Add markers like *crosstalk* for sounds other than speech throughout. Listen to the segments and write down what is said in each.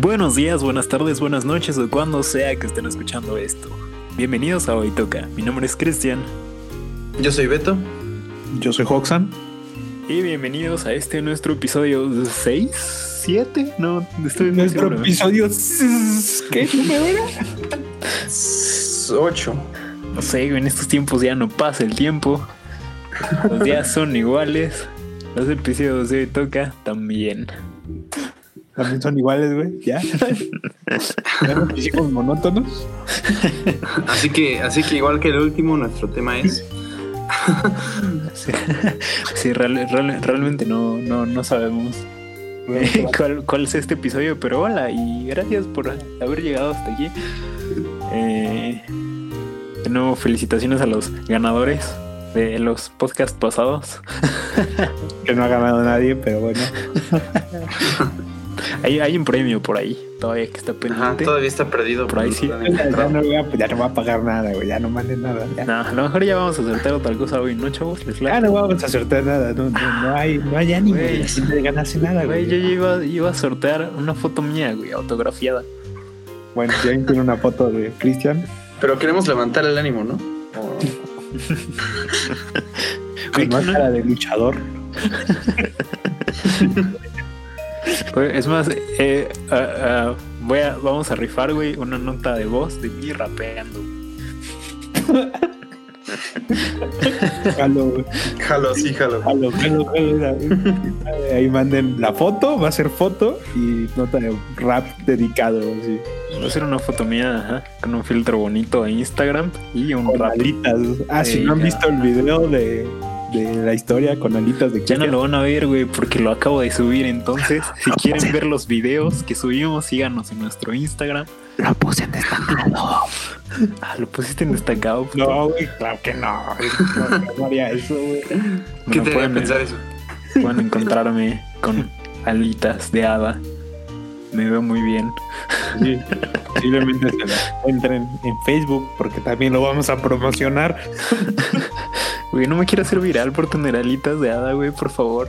Buenos días, buenas tardes, buenas noches o cuando sea que estén escuchando esto. Bienvenidos a Hoy Toca. Mi nombre es Cristian Yo soy Beto. Yo soy Hoxan. y bienvenidos a este nuestro episodio 6, 7. No, estoy muy Nuestro seguro. episodio. s- ¿Qué número era? 8. No sé, en estos tiempos ya no pasa el tiempo. Los días son iguales. Los episodios de Hoy Toca también. También son iguales, güey. Ya. ya nos hicimos monótonos. Así que, así que igual que el último, nuestro tema es. Sí, sí, real- real- realmente no, no, no sabemos eh, *laughs* cuál, cuál es este episodio, pero hola y gracias por haber llegado hasta aquí. Eh, de nuevo, felicitaciones a los ganadores de los podcasts pasados. Que no ha ganado nadie, pero bueno. Hay, hay un premio por ahí todavía que está Ajá, pendiente. todavía está perdido. Por ahí pero sí. no lo han Ya encontrado. no, voy a, ya no voy a pagar nada, güey. Ya no manden nada. Ya. No, a lo mejor ya vamos a acertar otra cosa hoy, ¿no, chavos? Les late. Ya Ah, no vamos a sortear nada. No, no, no hay, no hay ánimo Güey. de la gente de ganarse nada, Güey, güey. yo iba, iba a sortear una foto mía, güey, autografiada. Bueno, ya tiene una foto de Cristian. Pero queremos levantar el ánimo, ¿no? Güey, Con máscara de luchador. Güey, Es más, eh, ah, ah, voy a- vamos a rifar, güey, una nota de voz de mí rapeando. Jalo, güey. Jalo, sí, jalo. Jalo, jalo, jalo, jalo. Ahí manden la foto, va a ser foto y nota de rap dedicado, así. Va a ser una foto mía, ajá, con un filtro bonito de Instagram y un con rap. alitas. Ah, si no han ya. visto el video de, de la historia con alitas de Ya no Cristian, lo van a ver, güey, porque lo acabo de subir. Entonces, si quieren ver los videos que subimos, síganos en nuestro Instagram. lo puse en destacado. Ah, lo pusiste en destacado. pues, puto. No, güey, claro que *laughs* no. No, no haría eso, güey. ¿Qué Bueno, te haría pueden, ¿eh? pensar eso? pueden encontrarme con alitas de hada. Me veo muy bien. Sí, posiblemente se la encuentren en Facebook porque también lo vamos a promocionar. Güey, no me quiero hacer viral por tener alitas de hada, güey, por favor.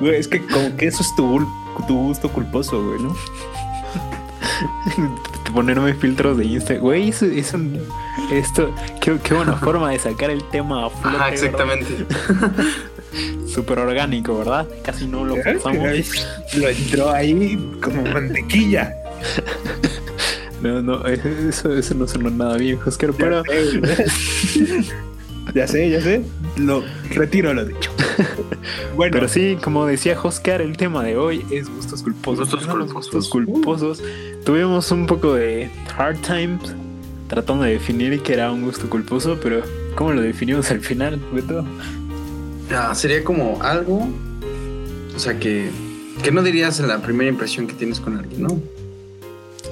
Güey, es que como que eso es tu, gul- tu gusto culposo, güey, ¿no? ponerme filtros de Instagram. Güey, eso es un. Esto. Qué, qué *laughs* buena forma de sacar el tema a flote. Ajá, ¿verdad? exactamente. Súper orgánico, ¿verdad? Casi no lo pensamos. Lo entró ahí como mantequilla. No, no, eso, eso no sonó nada bien, Oscar, pero. *laughs* ya sé, ya sé. Lo retiro lo dicho. Bueno, Pero sí, como decía Oscar, el tema de hoy es gustos culposos. Gustos Son los culposos. Uh. gustos culposos. Tuvimos un poco de hard times tratando de definir qué era un gusto culposo, pero ¿cómo lo definimos al final, Beto? Ah, sería como algo. O sea, que, que no dirías en la primera impresión que tienes con alguien, ¿no?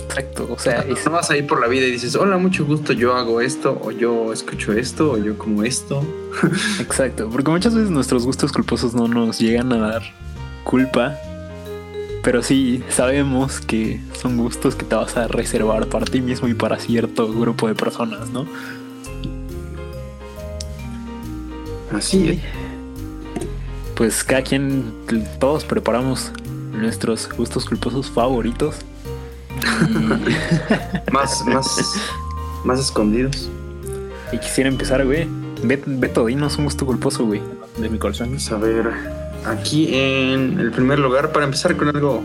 Exacto, o O sea, sea, es- no vas a ir por la vida y dices, hola, mucho gusto, yo hago esto, o yo escucho esto, o yo como esto. Exacto, porque muchas veces nuestros gustos culposos no nos llegan a dar culpa, pero sí sabemos que son gustos que te vas a reservar para ti mismo y para cierto grupo de personas, ¿no? Así es. Pues cada quien, todos preparamos nuestros gustos culposos *laughs* favoritos. Más, más, más escondidos. Y quisiera empezar, güey. Bet- Beto, dinos un gusto culposo, güey. de mi corazón. Vamos a ver. Aquí en el primer lugar, para empezar con algo,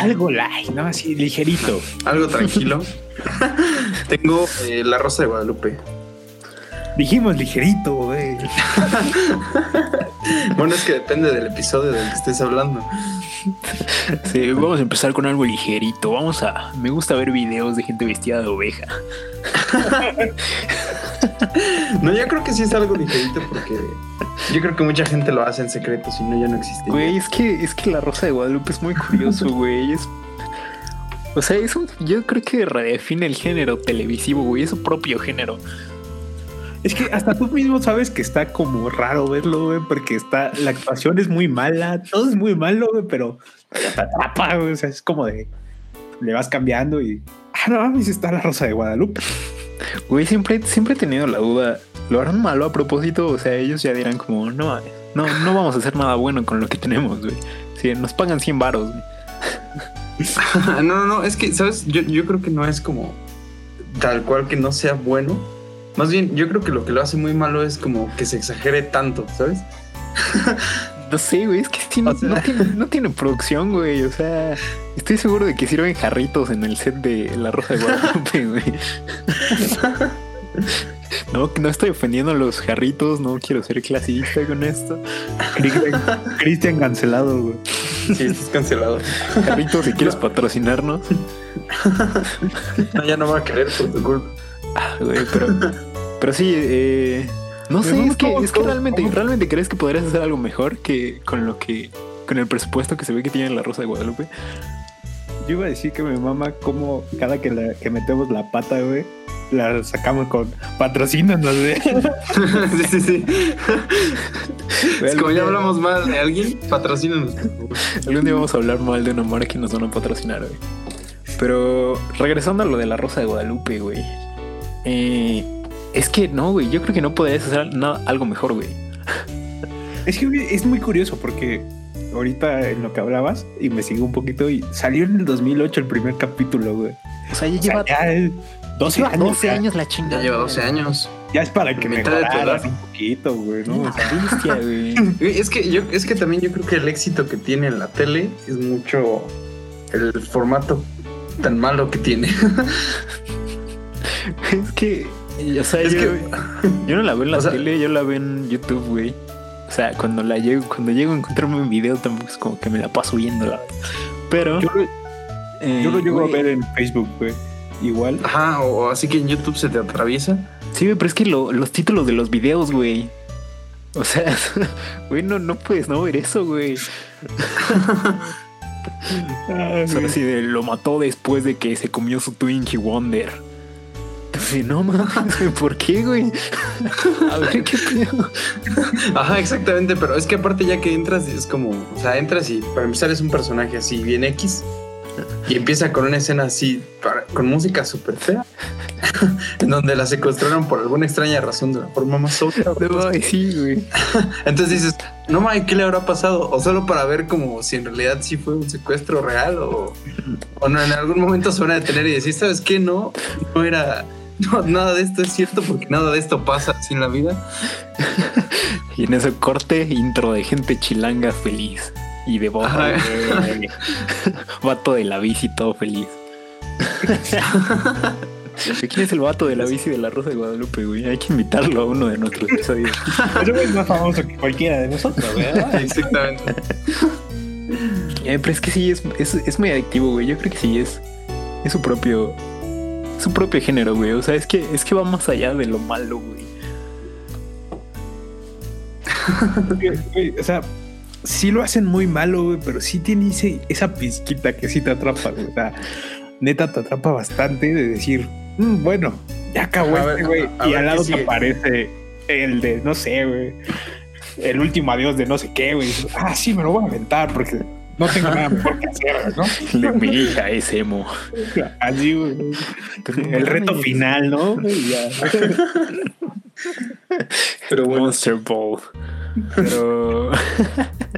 Algo light, ¿no? Así ligerito. algo *laughs* tranquilo, tengo eh, La Rosa de Guadalupe. Dijimos ligerito, güey. Bueno, es que depende del episodio del que estés hablando. Sí, vamos a empezar con algo ligerito. Vamos a. Me gusta ver videos de gente vestida de oveja. No, yo creo que sí es algo ligerito porque yo creo que mucha gente lo hace en secreto, si no, ya no existe. Güey, es que, es que la Rosa de Guadalupe es muy curioso, güey. Es... O sea, es un- yo creo que redefine el género televisivo, güey. Es su propio género. Es que hasta tú mismo sabes que está como raro verlo, güey, porque está, la actuación es muy mala, todo es muy malo, güey, pero te atrapa, güey. O sea, es como de. Le vas cambiando y. Ah, no mames, está la Rosa de Guadalupe. Güey, siempre, siempre he tenido la duda. ¿Lo harán malo a propósito? O sea, ellos ya dirán como, no, no, no vamos a hacer nada bueno con lo que tenemos, güey. Sí, nos pagan 100 varos. güey. *laughs* no, no, no, es que, ¿sabes? Yo, yo creo que no es como tal cual que no sea bueno. Más bien, yo creo que lo que lo hace muy malo es como que se exagere tanto, ¿sabes? No sé, güey, es que sí, no, O sea- *laughs* no tiene, no tiene producción, güey. O sea, estoy seguro de que sirven jarritos en el set de La Rosa de Guadalupe, *laughs* güey. No, no estoy ofendiendo a los jarritos, no quiero ser clasista con esto. Cristian- Cristian cancelado, güey. Sí, estás cancelado. Jarritos, *laughs* si quieres patrocinarnos. No, ya no va a querer por tu culpa. Ah, güey, pero, pero sí, eh, no sé, Pero no, es que, ¿cómo, es que cómo, realmente, cómo? realmente crees que podrías hacer algo mejor que con lo que, con el presupuesto que se ve que tiene La Rosa de Guadalupe. Yo iba a decir que mi mamá, como cada que, la- que metemos la pata, güey, la sacamos con patrocínanos, güey. *laughs* sí, sí, sí. Es como ya hablamos mal de alguien, patrocínanos. Algún día vamos a hablar mal de una marca que nos van a patrocinar, güey. Pero regresando a lo de la Rosa de Guadalupe, güey. Eh, es que no, güey. Yo creo que no podrías hacer na- algo mejor, güey. Es que güey, es muy curioso porque ahorita en lo que hablabas, y me sigo un poquito, y salió en el 2008 el primer capítulo, güey. O sea, ya O lleva, sea, ya es 12 lleva años. 12 ya, años la Ya chingada. lleva 12 años. ya es para que Mitad de tu mejoraras edad. un poquito, güey, ¿no? No, O sea, bestia, güey. Güey, Es que, yo, es que también yo creo que el éxito que tiene la tele es mucho el formato tan malo que tiene. *laughs* Es que, o sea, Es yo, *laughs* que- yo no la veo en la o sea- tele, yo la veo en YouTube, güey. O sea, cuando la llego, cuando llego a encontrarme un video, tampoco es como que me la paso viéndola. Pero yo, lo- eh, yo lo llego güey, a ver en Facebook, güey. Igual. Ajá, o, o así que en YouTube se te atraviesa. Sí, güey, pero es que lo- los títulos de los videos, güey. O sea, *laughs* güey, no, no puedes no ver eso, güey. Ay, O sea, Ah, güey. así de lo mató después de que se comió su Twinkie Wonder. Entonces, no mames, *laughs* güey, ¿por qué, güey? A ver, qué pedo. Ajá, exactamente, pero es que aparte ya que entras es como, o sea, entras y para empezar es un personaje así bien X y empieza con una escena así, para- con música súper fea, *laughs* en donde la secuestraron por alguna extraña razón de la forma más obvia. No, ay, *laughs* sí, güey. Entonces dices, no mames, ¿qué le habrá pasado? O solo para ver como si en realidad sí fue un secuestro real o, o no, en algún momento se van a detener y decir, ¿sabes qué? No, no era... No, nada de esto es cierto porque nada de esto pasa así en la vida. Y en ese corte, intro de gente chilanga feliz. Y de voz, Ajá. güey. *laughs* Vato de la bici todo *laughs* feliz. ¿Quién es el vato de la bici de la Rosa de Guadalupe, güey? Hay que invitarlo a uno de nuestros *laughs* episodios. Ese güey es más famoso que cualquiera de nosotros, *laughs* ¿verdad? Exactamente. Eh, pero es que sí, es, es, es muy adictivo, güey. Yo creo que sí es, es su propio. Su propio género, güey. O sea, es que, es que va más allá de lo malo, güey. Güey, güey, O sea, sí lo hacen muy malo, güey, pero sí tiene ese- esa pizquita que sí te atrapa, güey. O sea, neta te atrapa bastante de decir, "Mm, bueno, ya acabó A este, ver, güey. a- a Y ver al qué lado te sigue. aparece el de, no sé, güey, el último adiós de no sé qué, güey. Y dices, Ah, sí, me lo voy a aventar porque no tengo nada mejor que hacer, ¿no? De *laughs* mi hija es emo. Así, güey. El reto final, ¿no? Y ya. Pero bueno. Monster Ball. Pero.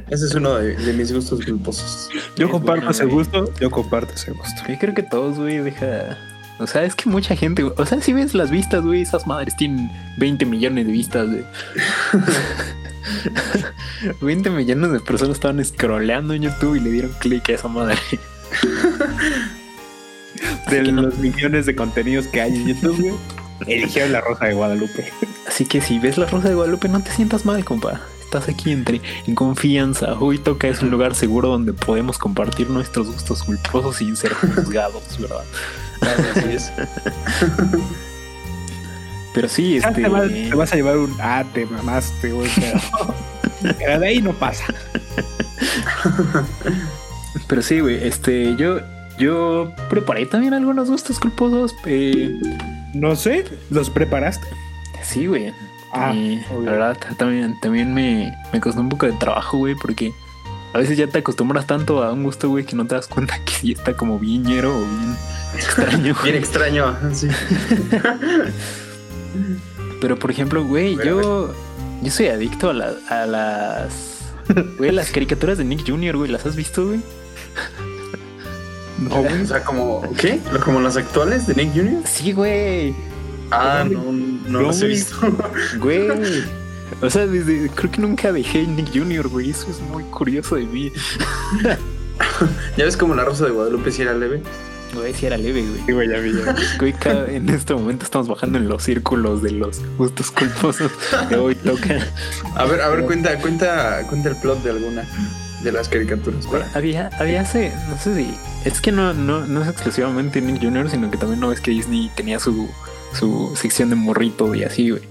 Ese es uno de, de mis gustos culposos. Yo Es comparto bueno, ese güey. gusto, yo comparto ese gusto. Yo creo que todos, güey, deja. O sea, es que mucha gente, güey. O sea, si ves las vistas, güey, esas madres tienen 20 millones de vistas, *laughs* güey. 20 millones de personas estaban scrolleando en YouTube y le dieron clic a esa madre. de que no- los millones de contenidos que hay en YouTube, güey, eligieron la Rosa de Guadalupe. Así que si ves la Rosa de Guadalupe, no te sientas mal, compa. Estás aquí entre en confianza. Hoy toca es un lugar seguro donde podemos compartir nuestros gustos culposos sin ser juzgados, ¿verdad? Así es. Pero sí, Ya este. Ah, Te, vas, te vas a llevar un ah, te mamaste, güey. *laughs* Pero, pero de ahí no pasa. Pero sí, güey, este, yo, yo preparé también algunos gustos culposos. eh, No sé, ¿los preparaste? sí, güey. Ah, Eh, obvio. la verdad, también, también me, me costó un poco de trabajo, güey, porque a veces ya te acostumbras tanto a un gusto, güey, que no te das cuenta que sí está como bien ñero o bien *laughs* extraño. *laughs* Bien güey. extraño. ajá, Sí. Pero por ejemplo, güey, Bueno, yo, yo soy adicto a, la- a las Güey, las caricaturas de Nick Jr., güey, ¿las has visto, güey? No, güey, o sea, como, ¿qué? ¿Como las actuales de Nick Jr.? *laughs* Sí, güey. Ah, no, no las he güey. visto. *laughs* Güey. O sea, desde, creo que nunca dejé Nick Jr., güey. Eso es muy curioso de mí. ¿Ya ves como la Rosa de Guadalupe si era leve? Güey, si era leve, güey. Sí, güey, ya vi, ya vi. Güey, cada- en este momento estamos bajando en los círculos de los gustos culposos que hoy toca. A ver, a ver, cuenta, cuenta, cuenta el plot de alguna de las caricaturas. Güey, para- había, había hace, no sé si, es que no, no, no es exclusivamente Nick Jr., sino que también no ves que Disney tenía su, su sección de morrito y así, güey.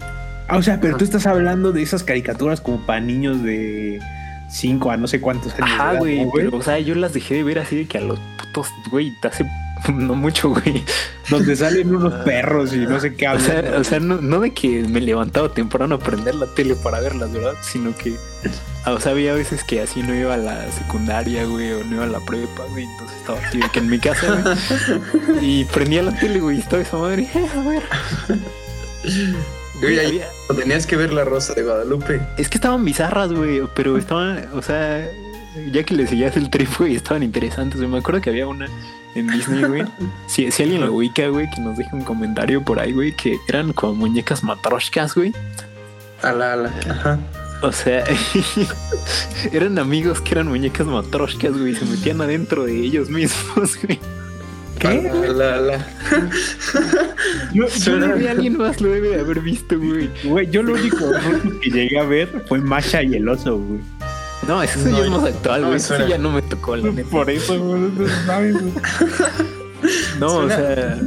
Ah, o sea, pero tú estás hablando de esas caricaturas como para niños de 5 a no sé cuántos años. Ajá, ¿verdad, güey, no, pero, o sea, yo las dejé de ver así de que a los putos, güey, hace *laughs* no mucho, güey. Donde salen unos perros y no *laughs* sé qué O hablan. sea, o sea, no, no de que me levantaba temprano a prender la tele para verlas, ¿verdad? Sino que, ah, o sea, había veces que así no iba a la secundaria, güey, o no iba a la prepa, güey, entonces estaba así de que en mi casa, güey, *laughs* y prendía la tele, güey, y estaba esa madre, "Eh, a ver. Güey, Güey, ahí- había- Tenías que ver la Rosa de Guadalupe. es que estaban bizarras, güey, pero estaban, o sea, ya que le seguías el trip, güey, estaban interesantes, güey. Me acuerdo que había una en Disney, güey. Si, si alguien lo ubica, güey, que nos deje un comentario por ahí, güey, que eran como muñecas matroshkas, güey. A la, a la. Ajá. O sea, *laughs* eran amigos que eran muñecas matroshkas, güey, y se metían adentro de ellos mismos, güey. ¿Qué? A la, a la. Yo, Yo yo, Suena- creo que alguien más lo debe de haber visto, güey. güey, yo lo único que llegué a ver fue Masha y el oso, güey. No, eso sí No, ya es yo- más actual, no, güey. me Eso sí suena. ya no me tocó, la neta. Por eso, güey, no sabes, güey. No, Suena- o sea.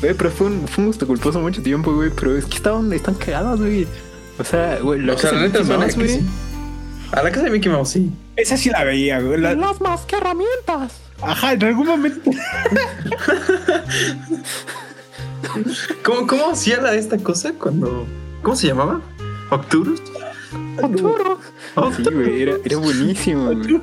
Güey, pero fue un, fue un gusto culposo mucho tiempo, güey. Pero es que estaban, están cagadas, güey. O sea, güey, lo O sea, que la se neta metió suena más, que güey. sí. A la casa de Mickey Mouse, sí. Esa sí la veía, güey. La- Las más que herramientas. Ajá, en algún momento. ¿Cómo, cómo hacía la de esta cosa cuando. ¿Cómo se llamaba? ¿Octurus? Arturo. Sí, güey, era, era buenísimo, güey.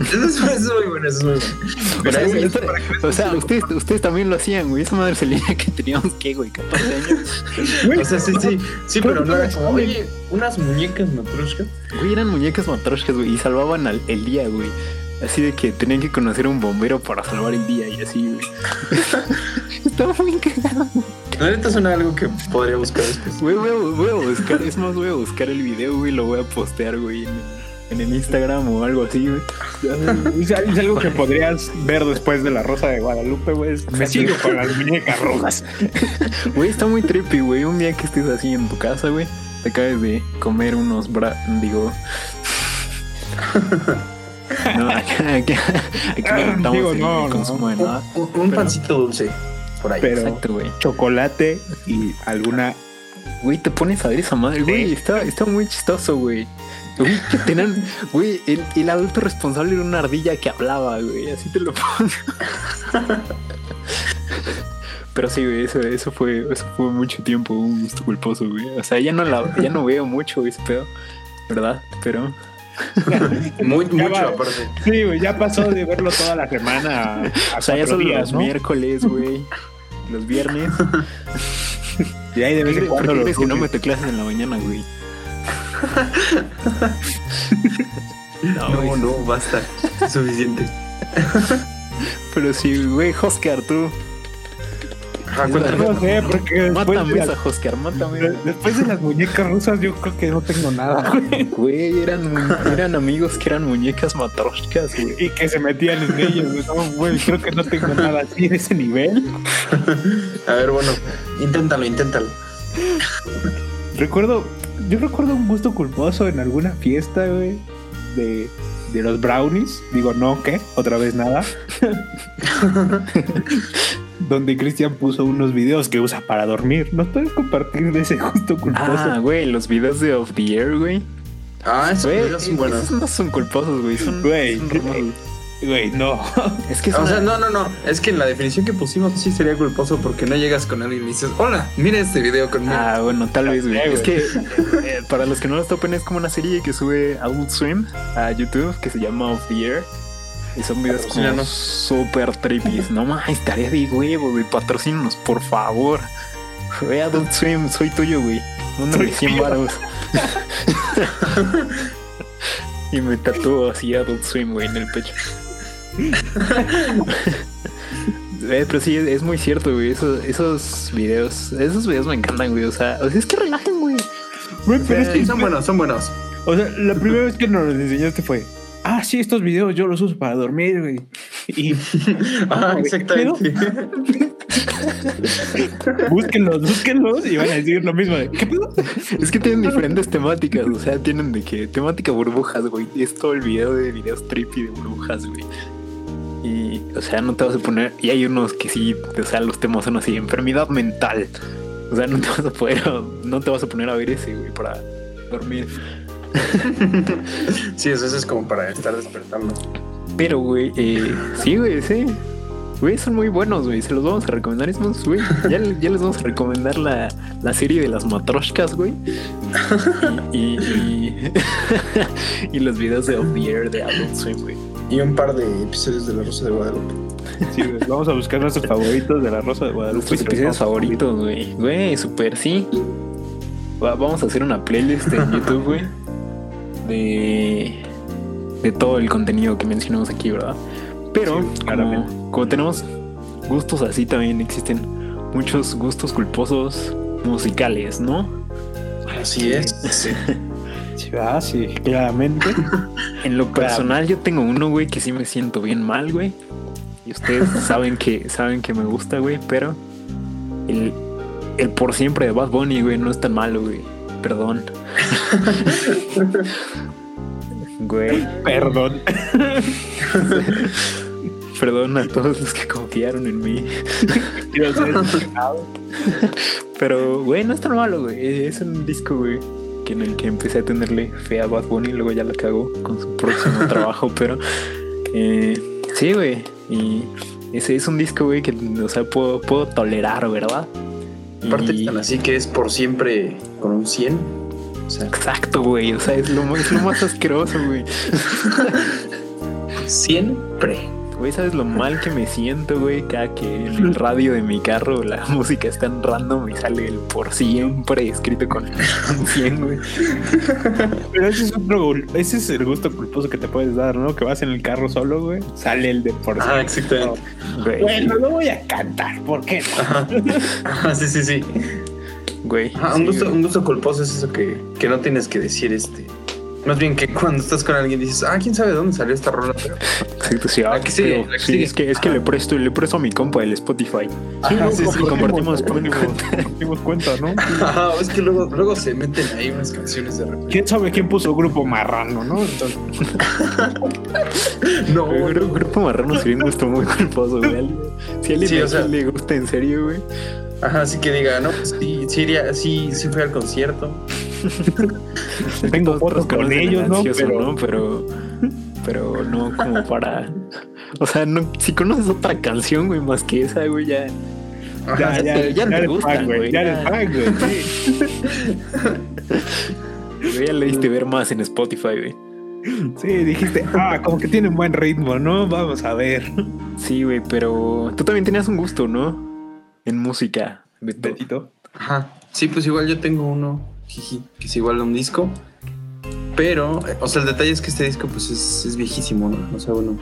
Eso es, eso es muy bueno, eso es muy bueno. O Pero sea, es- güey, es esto- para que veas o sea, lo- ustedes, ustedes también lo hacían, güey. Esa madre se leía que teníamos que, güey, 14 años. Güey, O sea, sí, sí, sí, pero no era como, ¿Cómo? oye, unas muñecas matrushkas. Güey, eran muñecas matroshkas, güey, y salvaban al, el día, güey. Así de que tenían que conocer a un bombero para salvar el día y así, güey. *laughs* Estaba muy cagado. La neta suena algo que podría buscar después. Güey, voy a, voy a buscar, es más, voy a buscar el video, güey, lo voy a postear, güey, en, el- en el Instagram o algo así, güey. *laughs* Es es algo que podrías ver después de la Rosa de Guadalupe, güey. es- Me sigo *laughs* con las muñecas rojas. Güey, está muy trippy, güey. Un día que estés así en tu casa, güey, te acabes de comer unos bra... *laughs* digo... No, *laughs* aquí, aquí, aquí no estamos Digo, no, el consumo de Un, nada. un- un pancito dulce, por ahí. Pero- Exacto, güey. Chocolate y *laughs* alguna. Güey, te pones a ver esa madre, güey. Está, está muy chistoso, güey. *laughs* Güey, que tenían- güey, el, el adulto responsable era una ardilla que hablaba, güey. Así te lo pongo. *laughs* Pero sí, güey, eso, eso fue, eso fue mucho tiempo, un gusto culposo, güey. O sea, ya no la, ya no veo mucho ese pedo, ¿verdad? Pero Muy, Ya mucho va. aparte. Sí, güey, ya pasó de verlo toda la semana a, a o sea, ya cuatro son días, los ¿no? miércoles, *laughs* güey. Los viernes. Y ahí de vez en ¿Por cuando qué los crees que no lunes. meto clases en la mañana, güey? no, No, güey, no, basta. *laughs* Suficiente. Pero sí, güey, Oscar, tú. Ah, *laughs* cuéntame. Pues, No sé, porque después Mátame de, esa, las, Oscar, mátame. de- después de las muñecas rusas, yo creo que no tengo nada, güey. Güey, eran, mu- eran amigos que eran muñecas matroshkas, güey. Y que se metían en ellos, güey. No, güey, creo que no tengo nada así en ese nivel. A ver, bueno, inténtalo, inténtalo. Recuerdo, yo recuerdo un gusto culposo en alguna fiesta, güey, de, de los brownies. Digo, no, ¿qué? Otra *laughs* vez nada. Donde Cristian puso unos videos que usa para dormir. ¿Nos puedes compartir de ese gusto Ah, culposo? güey, los videos de Off the Air, güey. Ah, esos Güey, videos son buenos. esos no son culposos, güey. Son, Güey, son qué- hermosos. Güey, no. Es que son. O sea, no, no, no. Es que en la definición que pusimos sí sería culposo porque no llegas con alguien y dices, hola, mira este video conmigo. Ah, bueno, tal vez, güey. Sí, güey. Es que eh, para los que no los topen, es como una serie que sube Adult Swim a YouTube que se llama Off the Air. Y son videos como Patrocínanos. super trippies. No más, estaría de huevo, güey. Patrocínanos, por favor. Güey, Adult Swim, soy tuyo, güey. Mándame Soy 100 mío. baros. *laughs* Y me tatúo así Adult Swim, güey, en el pecho. *laughs* Eh, pero sí, es, es muy cierto, güey. Esos, esos videos, esos videos me encantan, güey. O sea, o sea, es que relajan, güey. Güey, pero es Eh, que- son buenos, son buenos. O sea, la primera vez que nos los enseñaste fue, ah, sí, estos videos yo los uso para dormir, güey. Y *laughs* *laughs* Ah, güey, exactamente. búsquenlos, búsquenlos y van a decir lo mismo. de, ¿Qué pedo? Es que tienen diferentes temáticas. O sea, tienen de que temática burbujas, güey. Es todo el video de videos trippy de burbujas, güey. Y, o sea, no te vas a poner. Y hay unos que sí, o sea, los temas son así: enfermedad mental. O sea, no te vas a poder. *laughs* No te vas a poner a ver ese, güey, para dormir. *laughs* Sí, eso, eso es como para estar despertando. Pero, güey, eh, sí, güey, sí. Güey, son muy buenos, güey. Se los vamos a recomendar. Es más, güey. Ya, ya les vamos a recomendar la, la serie de las matroshkas, güey. Y, y, *laughs* y- y los videos de Off the Air de Adult Swim, güey. Y un par de episodios de La Rosa de Guadalupe. Sí, güey, vamos a buscar nuestros favoritos de la Rosa de Guadalupe. Nuestros y los episodios vamos a subir. favoritos, güey. Güey, súper sí. Va- vamos a hacer una playlist *laughs* en YouTube, güey. De, de todo el contenido que mencionamos aquí, ¿verdad? Pero, Sí, como, claramente. como tenemos gustos así, también existen muchos gustos culposos musicales, ¿no? Así es. Sí. Sí, ah, sí, *laughs* claramente. En lo personal, yo tengo uno, güey, que sí me siento bien mal, güey. Y ustedes saben que saben que me gusta, güey, pero el, el por siempre de Bad Bunny, güey, no es tan malo, güey. Perdón. güey, Perdón. perdón a todos los que confiaron en *laughs* mí. Quiero ser- Pero, güey, no es tan malo, güey. Eh, Es un disco, güey, que en el que empecé a tenerle fe a Bad Bunny y luego ya la cagó con su *laughs* próximo trabajo, pero eh, sí, güey. Y ese es un disco, güey, que, o sea, puedo, puedo tolerar, ¿verdad? Y- *laughs* Aparte, tan así que es por siempre con un 100. O sea, Exacto, güey. O sea, es lo, más- es lo *laughs* más asqueroso, güey. siempre. Güey, ¿sabes lo mal que me siento, güey? Cada que en el radio de mi carro la *laughs* música es tan random y sale el por siempre escrito con *laughs* 100, güey. Pero ese es, otro gul- ese es el gusto culposo que te puedes dar, ¿no? Que vas en el carro solo, güey. Sale el de por Ah, sí. exactamente. Güey, Bueno, lo voy a cantar, ¿por qué no? Ajá. Ajá, *laughs* sí, sí, sí. güey. Ajá, Ah, un, sí, gusto, güey. un gusto culposo es eso que, que no tienes que decir este. Más bien que cuando estás con alguien dices, ah, quién sabe de dónde salió esta rola. Pero, Exacto, sí, ah, La que sigue, pero la que sí, sigue. Ah. es que, es que Ajá. le presto, le presto a mi compa el Spotify. Ajá, sí, sí, compartimos, compartimos, Compartimos cuenta, ¿no? *laughs* Ajá, es que luego, luego se meten ahí unas canciones de repente. ¿Quién sabe quién puso grupo marrano, no? *laughs* Entonces, *laughs* No, Güey, no, Gru- grupo marrano sería un gusto muy culposo, güey. Si a alguien Sí, de o sea- aquí le gusta en serio, güey. Ajá, así que diga, no, Pues sí, sí, iría- sí, sí fue al concierto. Todos- todos tengo fotos con conocen al ellos, ¿no? ansioso, Pero- ¿no? Pero, pero no como para. O sea, no, si conoces otra canción, güey, más que esa, güey, ya. Ajá, ya, ya no te eres gustan, fan, güey, Ya ya. eres fan, güey. güey, ya le diste ver más en Spotify, güey. Sí, dijiste, ah, como que tienen buen ritmo, ¿no? Vamos a ver. Sí, güey, pero tú también tenías un gusto, ¿no? En música, Beto. Betito. Ajá. Sí, pues igual yo tengo uno, jiji, que es igual a un disco. Pero, eh, o sea, el detalle es que este disco, pues es, es viejísimo, ¿no? O sea, bueno.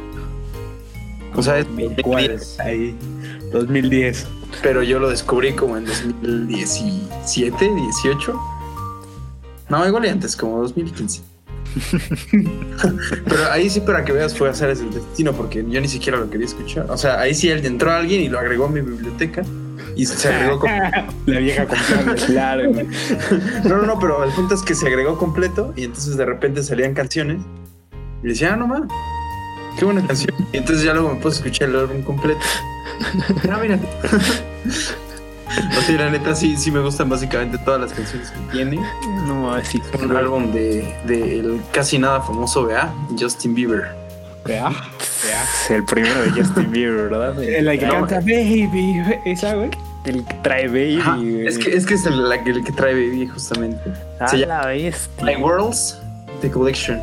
O sea, es 2010, Ahí, 2010. pero yo lo descubrí como en 2017, 18. No, igual y antes, como 2015. pero ahí sí, para que veas, fue hacer el destino, porque yo ni siquiera lo quería escuchar. O sea, ahí sí entró alguien y lo agregó a mi biblioteca y se agregó como. La vieja comprando. claro, güey. No, no, no, pero el punto es que se agregó completo y entonces de repente salían canciones y decía, ah, no mames, qué buena canción. Y entonces ya luego me puse a escuchar el álbum completo. Ah, mira. O sea, la neta sí, sí me gustan básicamente todas las canciones que tiene. No, así. Un álbum de, de el casi nada famoso BA, Justin Bieber. Vea, vea. Es el primero de Justin Bieber, ¿verdad? *laughs* En La que No, canta Baby, esa, güey. El que trae Baby. Ajá, güey. es, que, es que es el, la- el que trae Baby justamente. A se la bestia. My Worlds, The Collection.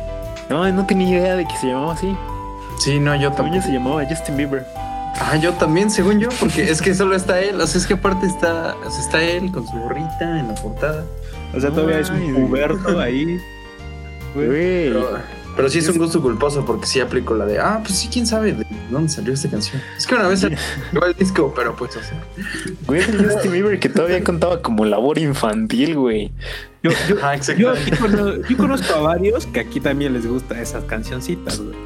No, no tenía idea de que se llamaba así. Sí, no, yo También también. se llamaba Justin Bieber. Ah, yo también, según yo, porque es que solo está él. O sea, es que aparte está, o sea, está él con su gorrita en la portada. O sea, todavía es Ay, un güey. puberto ahí. güey. Güey. Pero, pero sí es un gusto culposo porque sí aplico la de, ah, pues sí, quién sabe de dónde salió esta canción. Es que una vez salió el disco, pero pues, o sea. Güey, es el Justin Bieber que todavía contaba como labor infantil, güey. Yo, *laughs* yo- Ah, yo exactamente. aquí cono- yo conozco a varios que aquí también les gustan esas cancioncitas, güey.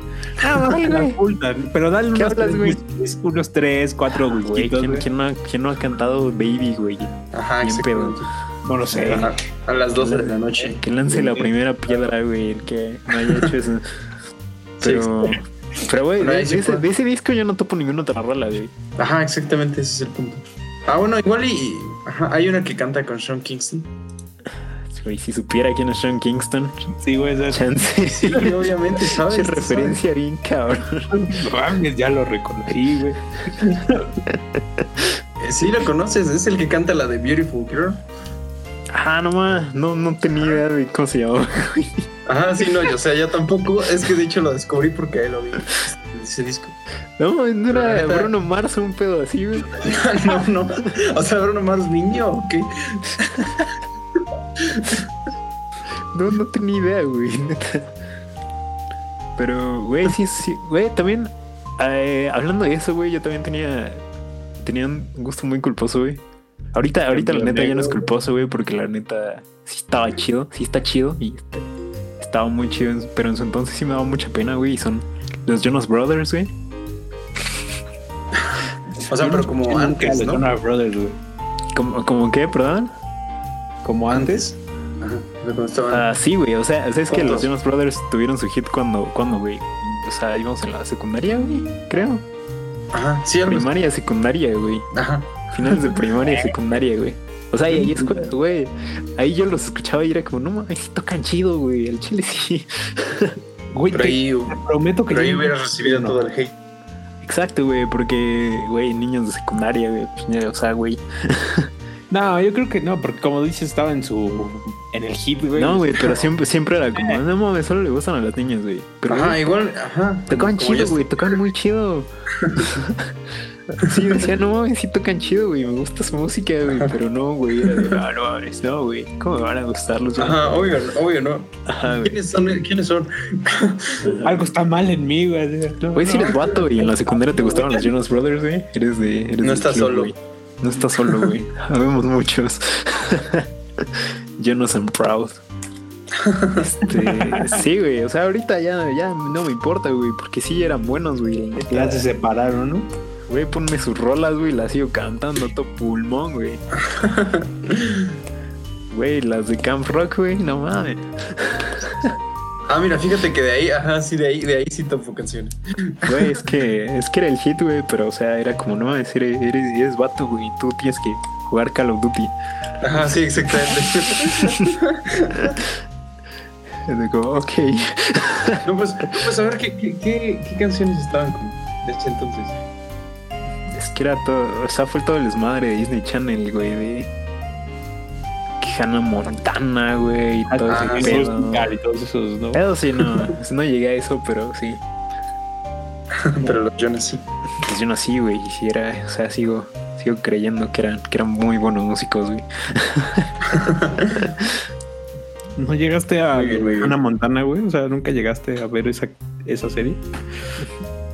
Ah, Que la ocultan, pero dale ¿Qué unos, hablas, tres, güey? whiskies, unos tres, cuatro Güey, whisquitos, ¿quién, güey. quién no ha, quién no ha cantado Baby, güey? Ajá, Bien exactamente. No lo sé. Ajá, A las 12 de la noche. Que lance la primera piedra, güey, el que no haya hecho *laughs* eso. Pero, pero güey, Pero de, ahí sí de ese, fue. de ese disco yo no topo ninguna otra rola, güey. Ajá, exactamente, ese es el punto. Ah, bueno, igual y. Ajá, hay una que canta con Sean Kingston. Güey, si supiera quién es Sean Kingston, Sí, güey, eso *laughs* es- chance. Sí, obviamente, ¿sabes? Che, referencia bien cabrón. No mames, ya lo reconocí, güey. Eh, Sí, lo conoces, es el que canta la de Beautiful Girl. Ah, no más, no, no tenía idea de cómo se llamaba. Ajá, sí, no, yo, o sea, yo tampoco. Es que de hecho lo descubrí porque ahí lo vi. Ese disco. *laughs* No, mames, no La era neta. Bruno Mars un pedo así, güey. no, no. O sea, Bruno Mars niño, ¿o qué? No, no tenía idea, güey, *laughs* neta. Pero, güey, sí, sí, güey, también, eh, hablando de eso, güey, yo también tenía, tenía un gusto muy culposo, güey. Ahorita, ahorita la neta ya no es culposo, güey, porque la neta sí estaba chido, sí está chido y está- estaba muy chido, en- pero en su entonces sí me daba mucha pena, güey, y son los Jonas Brothers, güey. O sea, pero como Nunca antes, los ¿no? Jonas Brothers, güey. ¿Cómo, cómo qué, perdón? Como antes. Ajá, pero cuando estaban. Ah, sí, güey, o sea, o sea, es que los ¿Cuántos? Jonas Brothers tuvieron su hit cuando, cuando, güey. O sea, íbamos en la secundaria, güey, creo. Ajá, sí, algo así. Primaria, secundaria, güey. Ajá. Finales de primaria, *laughs* secundaria, güey. O sea, y ahí es cuando, güey. Ahí yo los escuchaba y era como, no mames, sí tocan chido, güey. El chile sí. *laughs* Güey, Pero te, ahí, te prometo que pero ahí yo- hubieras recibido No. todo el hate. Exacto, güey, porque, güey, niños de secundaria, güey. pues, O sea, güey. No, yo creo que no, porque como dices, estaba en su. En el hit, güey. No, güey, *laughs* pero siempre, siempre era como, no mames, solo le gustan a las niñas, güey. Pero, Ajá, güey, igual, ajá. tocaban Como ya chido, güey, tocaban muy *laughs* chido. sí, decía, no mames, sí tocan chido, güey. Me gusta su música, güey. Pero no, güey. Era de, no, no mames, no, güey. ¿Cómo me van a gustar los Ajá, obvio, obvio, ¿no? Ajá, güey. ¿Quiénes son? ¿Quiénes son? Algo está mal en mí, güey. No, Güey, si Pues no. eres vato y en la secundaria te gustaban los Jonas Brothers, güey. Eres de. eres No del estás club, solo. güey. No estás solo, *laughs* güey. Habemos muchos. *laughs* Jonas and Proud. Este, sí, güey. O sea, ahorita ya, ya no me importa, güey. Porque sí eran buenos, güey. la neta. Ya se separaron, ¿no? Güey, ponme sus rolas, güey. Las sigo cantando a todo pulmón, *laughs* güey. Güey, las de Camp Rock, güey. No mames. Ah, mira, fíjate que de ahí, ajá, sí, de ahí, de ahí sí topo canciones. Güey, es que, es que era el hit, güey, pero o sea, era como, no mames, eres, eres, eres vato, güey, tú tienes que jugar Call of Duty. Ajá, sí, exactamente. *laughs* Y digo, ok. *laughs* no, pues, no, pues a ver, ¿qué, qué, qué, qué canciones estaban con de ese entonces? Es que era todo, o sea, fue todo el desmadre de Disney Channel, güey, de que Hannah Montana, güey, y todo Ah, ese Esos pedo. Gal y todos esos, ¿no? Eso sí, no, *laughs* no llegué a eso, pero sí. Pero los Jonas sí. Pues yo no sí, güey, y si era, o sea, sigo, sigo creyendo que eran, que eran muy buenos músicos, güey. ¿No llegaste a Muy bien, muy bien. Ana Montana, güey? O sea, ¿nunca llegaste a ver esa, esa serie?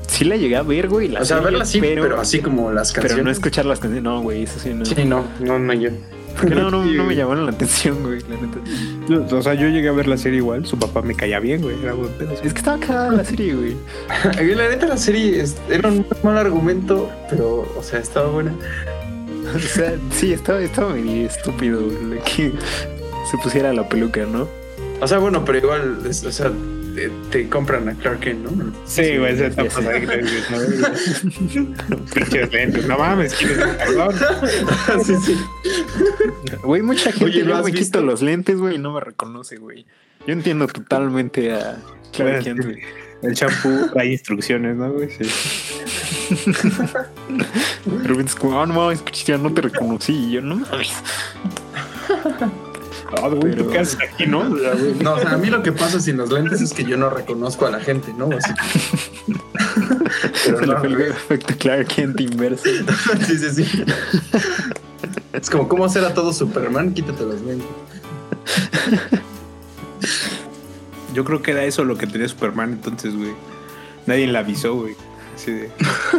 Sí la llegué a ver, güey, la O sea, serie, verlas sí, pero, así como las pero canciones. no escuchar las canciones, no, güey, eso sí, no. Sí, no, no, no yo. *laughs* Porque no, no, no me llamaron la atención, güey, la neta. Yo- o sea, yo llegué a ver la serie igual. Su papá me caía bien, güey. Era buen pedo. Es que estaba cagada la serie, güey. Ay, La neta, la serie es- era un mal argumento, pero, o sea, estaba buena. O sea, sí, estaba, estaba medio estúpido, güey, de que se pusiera la peluca, ¿no? O sea, bueno, pero igual, es- o sea, te, te compran a Clark Kent, ¿no? *laughs* Sí, güey, esa ya etapa de lentes, ¿no? *laughs* Pinches lentes, no mames, ¿quién es el cabrón? sí, sí. Güey, mucha gente Oye, ¿lo luego has me visto? quito los lentes, güey, y no me reconoce, güey. Yo entiendo totalmente a Clark Bueno, Kent, güey. El champú trae instrucciones, ¿no, güey? Sí. De repente es como, ah, no mames, Cristian, no te reconocí. Y yo, no mames. Ah, güey, Pero- ¿tú qué haces aquí, no? O sea, güey, No, o sea, a mí lo que pasa sin los lentes es que yo no reconozco a la gente, ¿no? Así *laughs* que- pero Se le no, fue el efecto Clark Kent inverso. *laughs* sí, sí, sí. Es como, ¿cómo hacer a todo Superman? Quítate los lentes. Yo creo que era eso lo que tenía Superman entonces, güey. Nadie le avisó, güey. Así de... *laughs*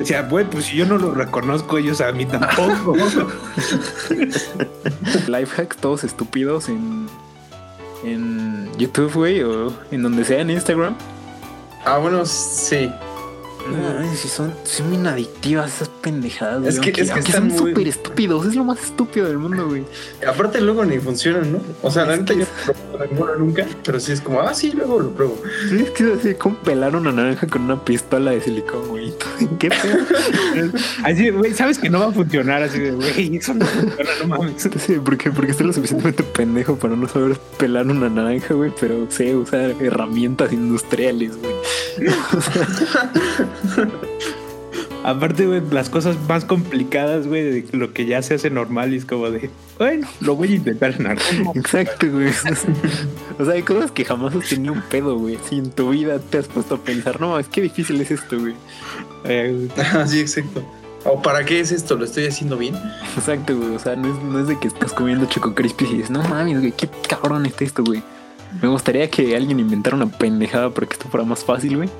O sea, güey, pues si yo no lo reconozco, ellos a mí tampoco. Lifehacks todos estúpidos en, en YouTube, güey, o en donde sea, en Instagram. Ah, bueno, sí. No, mames, si son, son bien adictivas esas pendejadas, güey. Es que- aunque- es que aunque están son muy- súper estúpidos, es lo más estúpido del mundo, güey. Aparte luego ni funcionan, ¿no? O sea, la Es neta que yo no lo pruebo nunca, pero sí es como, ah, sí, luego lo pruebo. *laughs* Sí, Es que es así como pelar una naranja con una pistola de silicón, güey. *laughs* ¿Qué pedo? *laughs* Así, de, güey, sabes que no va a funcionar así de, güey, eso no funciona, no mames. Sí, porque, porque estoy lo suficientemente pendejo para no saber pelar una naranja, güey, pero sé usar herramientas industriales, güey. *laughs* Aparte, güey, las cosas más complicadas, güey, de lo que ya se hace normal y es como de, bueno, lo voy a intentar en algún momento. Exacto, güey. O sea, hay cosas que jamás has tenido un pedo, güey. Si en tu vida te has puesto a pensar, no, es que difícil es esto, güey. Eh, güey. Ah, sí, exacto. ¿O para qué es esto? ¿Lo estoy haciendo bien? Exacto, güey. O sea, no es, no es de que estás comiendo Choco Crispy y dices, no mames, güey, qué cabrón está esto, güey. Me gustaría que alguien inventara una pendejada para que esto fuera más fácil, güey.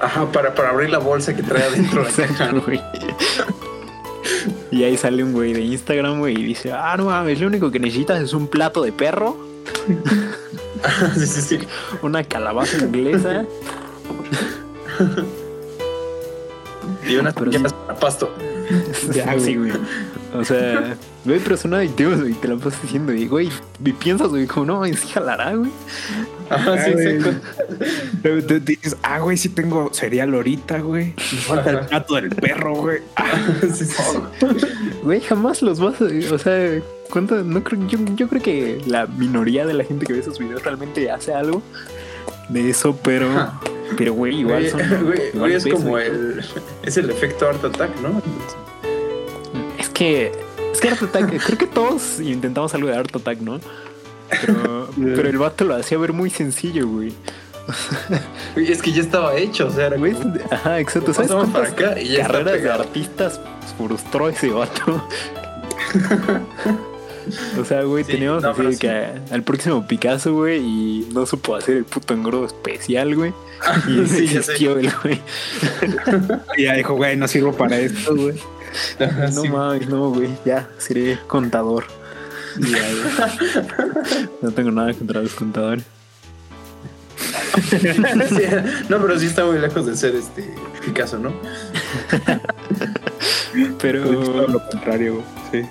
Ajá, para, para abrir la bolsa que trae adentro la caja. Exacto, ¿no? güey. *laughs* Y ahí sale un güey de Instagram, güey, y dice, ah, no mames, lo único que necesitas es un plato de perro, Ajá, *laughs* sí, sí, sí. una calabaza inglesa. Y unas Pero sí. piñatas para pasto. *laughs* Ya, Sí, güey. O sea, güey, pero son adictivos, güey, te lo pasas diciendo, y, güey, y piensas, güey, como, no mames, sí jalará, güey. Ajá, sí, Ah, güey. exacto. Luego tú dices, ah, güey, sí tengo cereal ahorita, güey. Me falta el plato del perro, güey. Ah, *laughs* Sí, sí, sí. Oh, Güey, jamás los vas a. O sea, ¿cuánto? No creo, yo, yo creo que la minoría de la gente que ve esos videos realmente hace algo de eso, pero. Ajá. Pero, güey, igual *laughs* Güey, son. güey, igual güey, es ves, como güey. el... Es el efecto Art Attack, ¿no? Es que. Es que Art Attack. creo que todos intentamos algo de Art Attack, ¿no? *laughs* Pero, pero el vato lo hacía ver muy sencillo, güey. Güey, es que ya estaba hecho, o sea, era Güey, *laughs* como, Ajá, exacto. ¿Sabes pasamos para cuántas acá y ya está carreras de pegado. artistas frustró ese vato? *laughs* O sea, güey, Sí, teníamos no, así pero de sí. que a- al próximo Picasso, güey, y no supo hacer el puto engrudo especial, *laughs* güey. Y ese sí, ya sé. existió el güey. y ya dijo, güey, no sirvo para esto, güey. Ajá, No Ah, sí, mames, no, güey. Ya, seré contador. Y ya, *laughs* güey. no tengo nada contra los contadores. *laughs* Sí, no, pero sí está muy lejos de ser este Picasso, ¿no? Todo Pero, lo contrario, güey. Sí.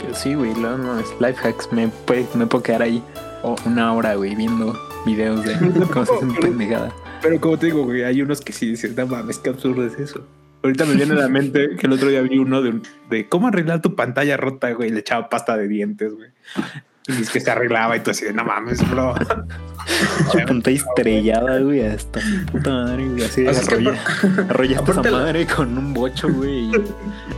pero sí, güey, no mames. Life hacks, me, puede- me puedo quedar ahí o una hora, güey, viendo videos de *laughs* cómo se hacen pendejada. Pero como te digo, güey, hay unos que sí dicen, no mames, qué absurdo es eso. Ahorita me viene a la mente que el otro día vi uno de, un- de cómo arreglar tu pantalla rota, güey, y le echaba pasta de dientes, güey. Y es que se arreglaba y tú así de, no mames, bro. *laughs* Pinta estrellada, güey, hasta puta madre, güey. Así O sea, es que arrolla, arrollaste esa aparte la- madre con un bocho, güey. Y *laughs*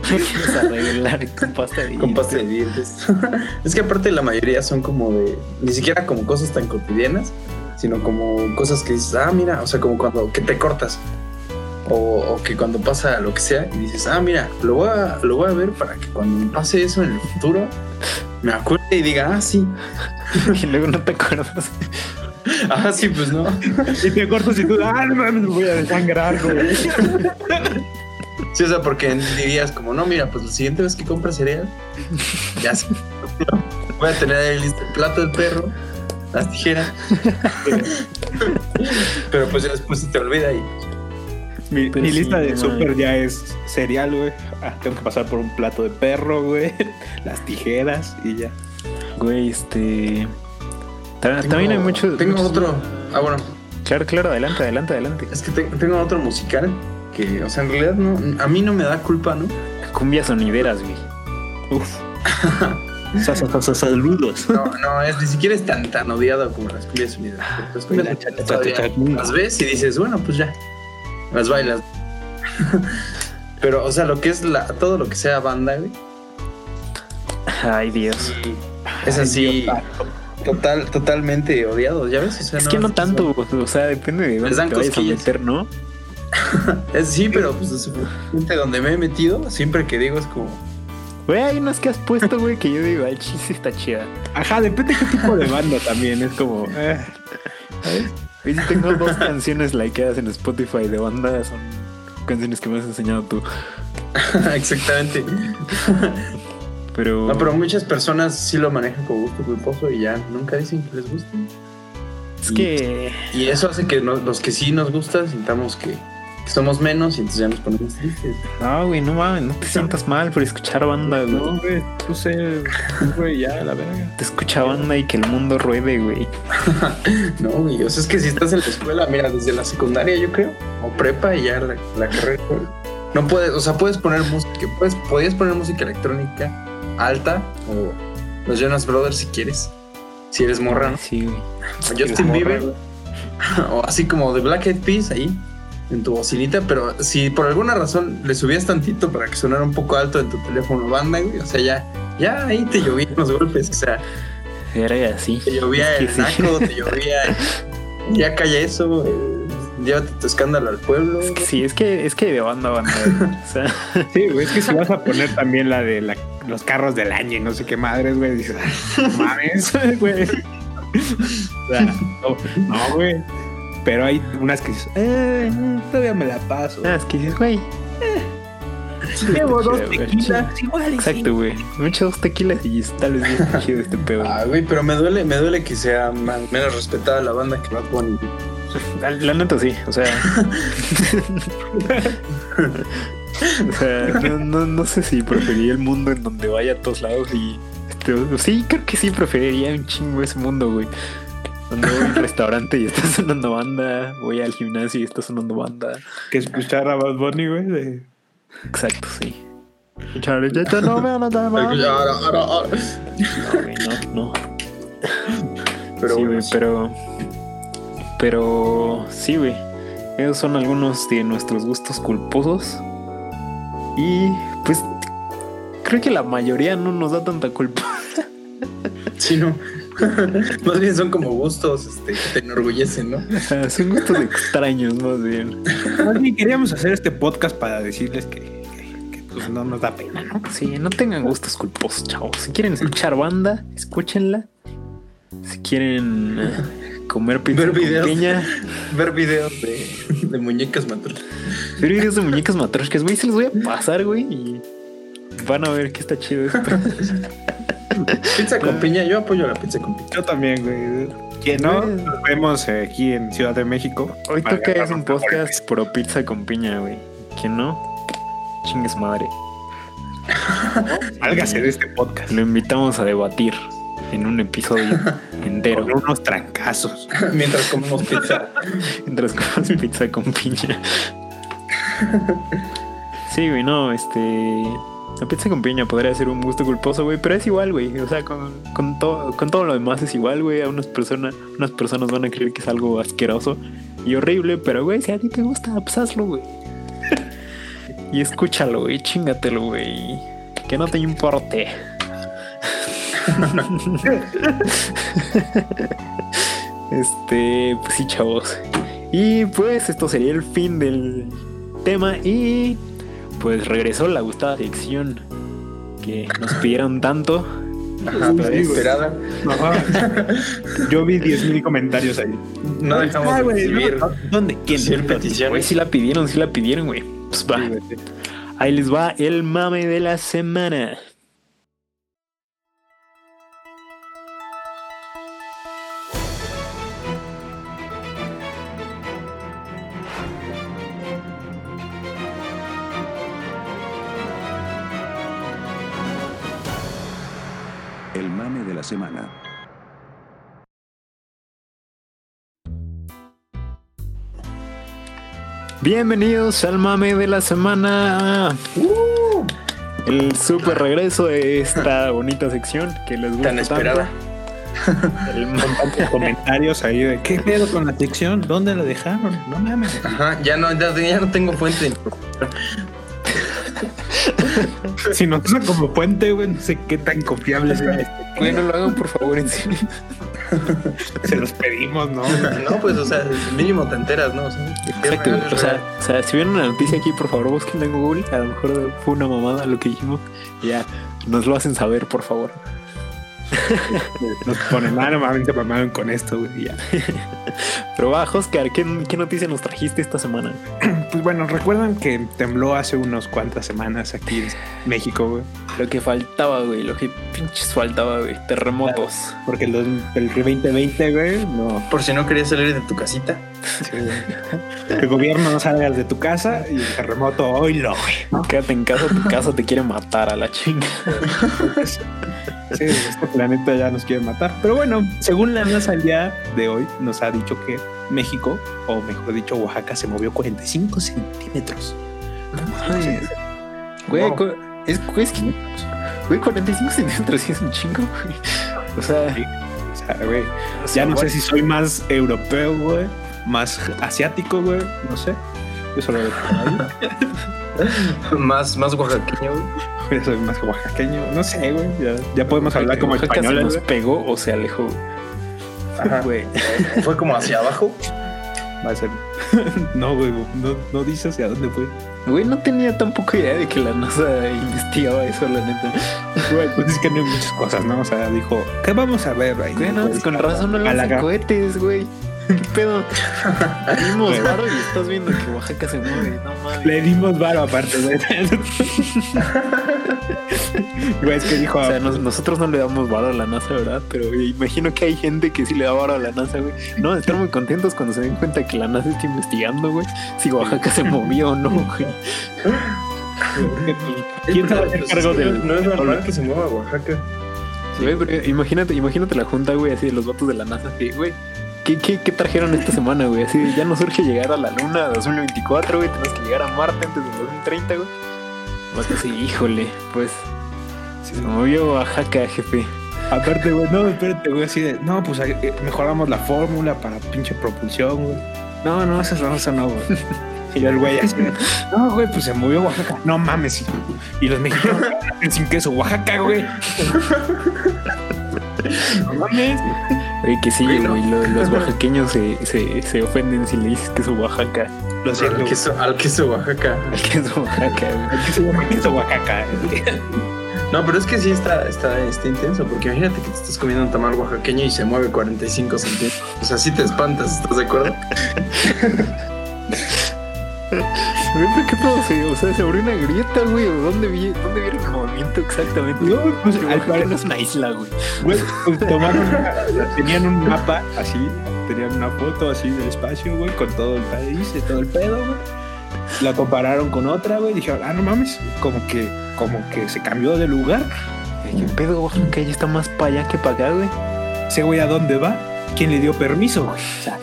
quieres arreglar con pasta de Con dientes. pasta de dientes. *laughs* es que aparte la mayoría son como de, ni siquiera como cosas tan cotidianas, sino como cosas que dices, ah, mira, o sea, como cuando que te cortas. O, o que cuando pasa lo que sea y dices, ah, mira, lo voy, a, lo voy a ver para que cuando me pase eso en el futuro, me acuerde y diga, ah, sí, *laughs* *laughs* Y luego no te acuerdas. ah, sí, pues no. Y te cortas y tú, ah, no mames, me voy a desangrar, güey. Sí, o sea, porque dirías como, no, mira, pues la siguiente vez que compras cereal, ya sé. Voy a tener ahí listo el plato del perro, las tijeras. Pero pues ya después se te olvida y Ah, Mi, Pero mi sí, lista de no súper mames. ya es cereal, güey. Ah, tengo que pasar por un plato de perro, güey. *laughs* Las tijeras y ya. Güey, este. ta- También hay Tengo- muchos. Tengo muchos- otro. Ah, bueno, Claro, claro, adelante, adelante, adelante. es que te- tengo otro musical que, o sea, en realidad no, a mí no me da culpa, ¿no? Cumbias sonideras, güey. Uf. *laughs* Sa- sa- sa- sa- Saludos. No, no, es, ni siquiera es tan, tan odiado como las cumbias unidas. Ah, Las cumbias Cha- cha- unidas cha- cha- todavía cha- las ves y dices, bueno, pues ya, las bailas. *laughs* Pero, o sea, lo que es la, todo lo que sea banda, güey, pues, Ay, Dios. Mm. es así, Dios, total, totalmente odiado, ¿ya ves? O sea, Es que no es- tanto, o sea, depende de dónde dan te vayas a cosquillas. meter, ¿no? Es, sí, pero pues, de donde me he metido, siempre que digo es como, *laughs* Güey, hay unas que has puesto, güey, que yo digo, ay, sí está chida. Ajá, depende qué tipo de banda también. Es como. eh, Y si tengo dos canciones likeadas en Spotify de banda, son canciones que me has enseñado tú. Exactamente. Pero. No, Ah, pero muchas personas sí lo manejan con gusto culposo y ya nunca dicen que les gusta. es que. Y eso hace que nos- los que sí nos gusta sintamos que, que somos menos y entonces ya nos ponemos tristes. *laughs* No, güey, no mames, no te sientas mal por escuchar banda, güey. no, güey, tú sé, güey, ya, la verga. Te escucha banda y que el mundo ruede, güey. No, güey, o sea, es que si estás en la escuela, mira, desde la secundaria, yo creo, o prepa y ya la, la carrera. güey. No puedes, o sea, puedes poner música, puedes, podías poner música electrónica alta o los Jonas Brothers si quieres, si eres morra, ¿no? Sí, güey. O eres Justin morra, Bieber, güey. *laughs* o así como de Black Eyed Peas ahí en tu bocinita, pero si por alguna razón le subías tantito para que sonara un poco alto en tu teléfono banda, güey, o sea, ya, ya ahí te llovían los golpes, o sea, Era así. te llovía Es el que sí. naco, te llovía. *laughs* el- Ya calla eso, eh, llévate tu escándalo al pueblo. Es que sí, es que, es que de banda a banda, güey. O sea, Sí, güey, es que si vas a poner también la de la- los carros del año y no sé qué madres, güey, dices, "Ah, no mames, güey. O sea, no, no, güey. Pero hay unas que dices, eh, todavía me la paso. ah, es que dices, güey. Llevo dos chido, güey, tequilas, igual. y Exacto, güey. Me he hecho dos tequilas y tal vez no está chido este pedo. Ah, güey, pero me duele, me duele que sea más- menos respetada la banda que Bad Bunny. La, la neta sí, o *laughs* sea. o sea, no, no, no sé si preferiría el mundo en donde vaya a todos lados y. este, sí, creo que sí preferiría un chingo ese mundo, güey. Donde voy al restaurante y está sonando banda, voy al gimnasio y está sonando banda. sí". Que escuchar a Bad Bunny, güey. de- Exacto, sí. Charlie, ya te- no, no, no, no, no, Ahora, güey, ahora, ahora. no, no. Pero sí, bueno, güey, sí. pero. Pero. Sí, güey. Esos son algunos de nuestros gustos culposos. Y pues. Creo que la mayoría no nos da tanta culpa. *laughs* Sí, no. *laughs* más bien son como gustos este, que te enorgullecen, ¿no? Son gustos extraños, más bien. Más bien queríamos hacer este podcast para decirles que, que- que, pues, no nos da pena, ¿no? Sí, no tengan gustos culposos, chavos. Si quieren escuchar banda, escúchenla. Si quieren eh, comer pizza Ver con videos. piña, Ver videos de, de muñecas matrón. ver videos de muñecas matroscas, güey, se los voy a pasar, güey, y van a ver que está chido esto. Pizza con piña, yo apoyo la pizza con piña. *laughs* Yo también, güey. Que no, Güey. nos vemos eh, aquí en Ciudad de México. Hoy Para toca es agarrarnos un a golpes. podcast pro pizza con piña, güey. Que no, chingues madre. Sálgase de este podcast. Lo invitamos a debatir en un *laughs* episodio entero Con unos trancazos. Mientras comemos pizza. *laughs* mientras comes pizza con piña. Sí, güey, no, este. La pizza con piña podría ser un gusto culposo, güey, pero es igual, güey. O sea, con, con, to- con todo lo demás es igual, güey. A unas, personas unas personas van a creer que es algo asqueroso y horrible, pero, güey, si a ti te gusta, pues hazlo, güey. y escúchalo, güey, chingatelo, güey. Que no te importe. *laughs* este, pues sí, chavos. Y pues esto sería el fin del tema y pues regresó la gustada sección que nos pidieron tanto. Ajá, Sí, güey. esperada. No, yo vi 10.000 comentarios ahí. No dejamos Ah, de güey, recibir. no, ¿Dónde? ¿Quién? recibir Güey, peticiones. sí la pidieron, sí la pidieron, güey. Pues va. Sí, güey. Ahí les va el mame de la semana. El mame de la semana. Bienvenidos al mame de la semana. Uh. El super regreso de esta bonita sección que les gusta Tan esperada. tanto. El ma- comentarios ahí de qué pedo con la sección, ¿dónde la dejaron? No mames. Ajá, ya no, ya, ya no tengo fuente. Si nos usan como puente, güey, no sé qué tan confiable sea este. Güey, no lo hagan por favor en serio. Se los pedimos, ¿no? No, pues, o sea, mínimo te enteras, ¿no? O sea, que es Exacto, real, es o sea, real. o sea, si vieron una noticia aquí, por favor, búsquenla en Google. A lo mejor fue una mamada lo que dijimos. Ya, nos lo hacen saber, por favor. Nos ponen, ah, no mames, se mamaron con esto, güey. y ya. Pero va, Oscar, ¿qué, qué noticia nos trajiste esta semana? Pues bueno, recuerdan que tembló hace unos cuantas semanas aquí en México, güey. Lo que faltaba, güey, lo que pinches faltaba, güey. Terremotos. Porque el, dos- el 2020, güey, no. Por si no querías salir de tu casita. El gobierno no salgas de tu casa y el terremoto hoy lo, Quédate en casa, tu casa te quiere matar a la chinga. Sí, este planeta ya nos quiere matar. Pero bueno, según la NASA al día de hoy nos ha dicho que México, o mejor dicho Oaxaca, se movió 45 centímetros. Güey, Wow. cu- es, güey, es que- güey, 45 centímetros sí es un chingo, güey. O sea, O sea, güey, ya no sé si soy más europeo, güey, más asiático, güey, no sé. Yo solo "Ah, Más, más oaxaqueño, güey. yo soy más oaxaqueño, no sé, güey. Ya, ya podemos hablar como Oaxaca se españoles, nos güey. pegó o se alejó. Güey. Fue como hacia abajo. Va a ser. *laughs* No, güey, no, no dice hacia dónde fue. Güey, no tenía tampoco idea de que la NASA investigaba eso, la neta. Güey, pues es que no hay muchas cosas, ¿no? O sea, dijo, ¿qué vamos a ver ahí? Güey, no, pues con razón no A la lanzan gra- cohetes, güey. *laughs* ¿Qué *laughs* pedo? Vimos Güey. barro y estás viendo que Oaxaca se mueve, no mames. Le dimos varo aparte, güey. Güey, es que dijo, O sea, nos- nosotros no le damos varo a la NASA, ¿verdad? Pero güey, imagino que hay gente que sí le da varo a la NASA, güey. No, están muy contentos cuando se den cuenta que la NASA está investigando, güey, si Oaxaca *laughs* se movió o no, güey. ¿quién se va a hacer cargo del...? Pues, No es normal que se mueva Oaxaca. Güey, pero imagínate, imagínate la junta, güey, así de los vatos de la NASA, que, güey, ¿qué, qué, qué trajeron esta semana, güey? Así de, ya nos surge llegar a la Luna 2024, güey, tenemos que llegar a Marte antes del 2030, güey. Más así, híjole, pues, se movió Oaxaca, jefe. Aparte, güey, no, espérate, güey, así de... No, pues eh, mejoramos la fórmula para pinche propulsión, güey. No, no, eso no, eso no, güey. *laughs* Y yo el güey así de, No, güey, pues se movió Oaxaca. No mames. y- Y los mexicanos sin queso, Oaxaca, güey. *laughs* No mames. Oye, que sí, Güey, güey, no. lo- *laughs* los oaxaqueños se, se, se ofenden si le dices que es Oaxaca, Lo siento, Al güey. queso, al queso Oaxaca. que es Oaxaca, güey. Aquí se llama queso Oaxaca. No, pero es que sí está, está, está intenso, porque imagínate que te estás comiendo un tamal oaxaqueño y se mueve 45 centímetros. O sea, sí te espantas, ¿estás de acuerdo? Güey, pero ¿Qué pedo? Se- O sea, se abrió una grieta, güey. ¿o ¿Dónde, vi, ¿Dónde vieron el movimiento exactamente? No, pues, Porque al Oaxaca pare- no es una isla, güey. Güey, pues, tomaron, una- tenían un mapa así, tenían una foto así del espacio, güey, con todo el país y todo el pedo, güey. La compararon con otra, güey, y dijeron, ah, no mames, como que, como que se cambió de lugar. ¿Qué pedo, Oaxaca? Ya está más para allá que para acá, güey. Ese güey, ¿a dónde va? ¿Quién le dio permiso, güey? O sea,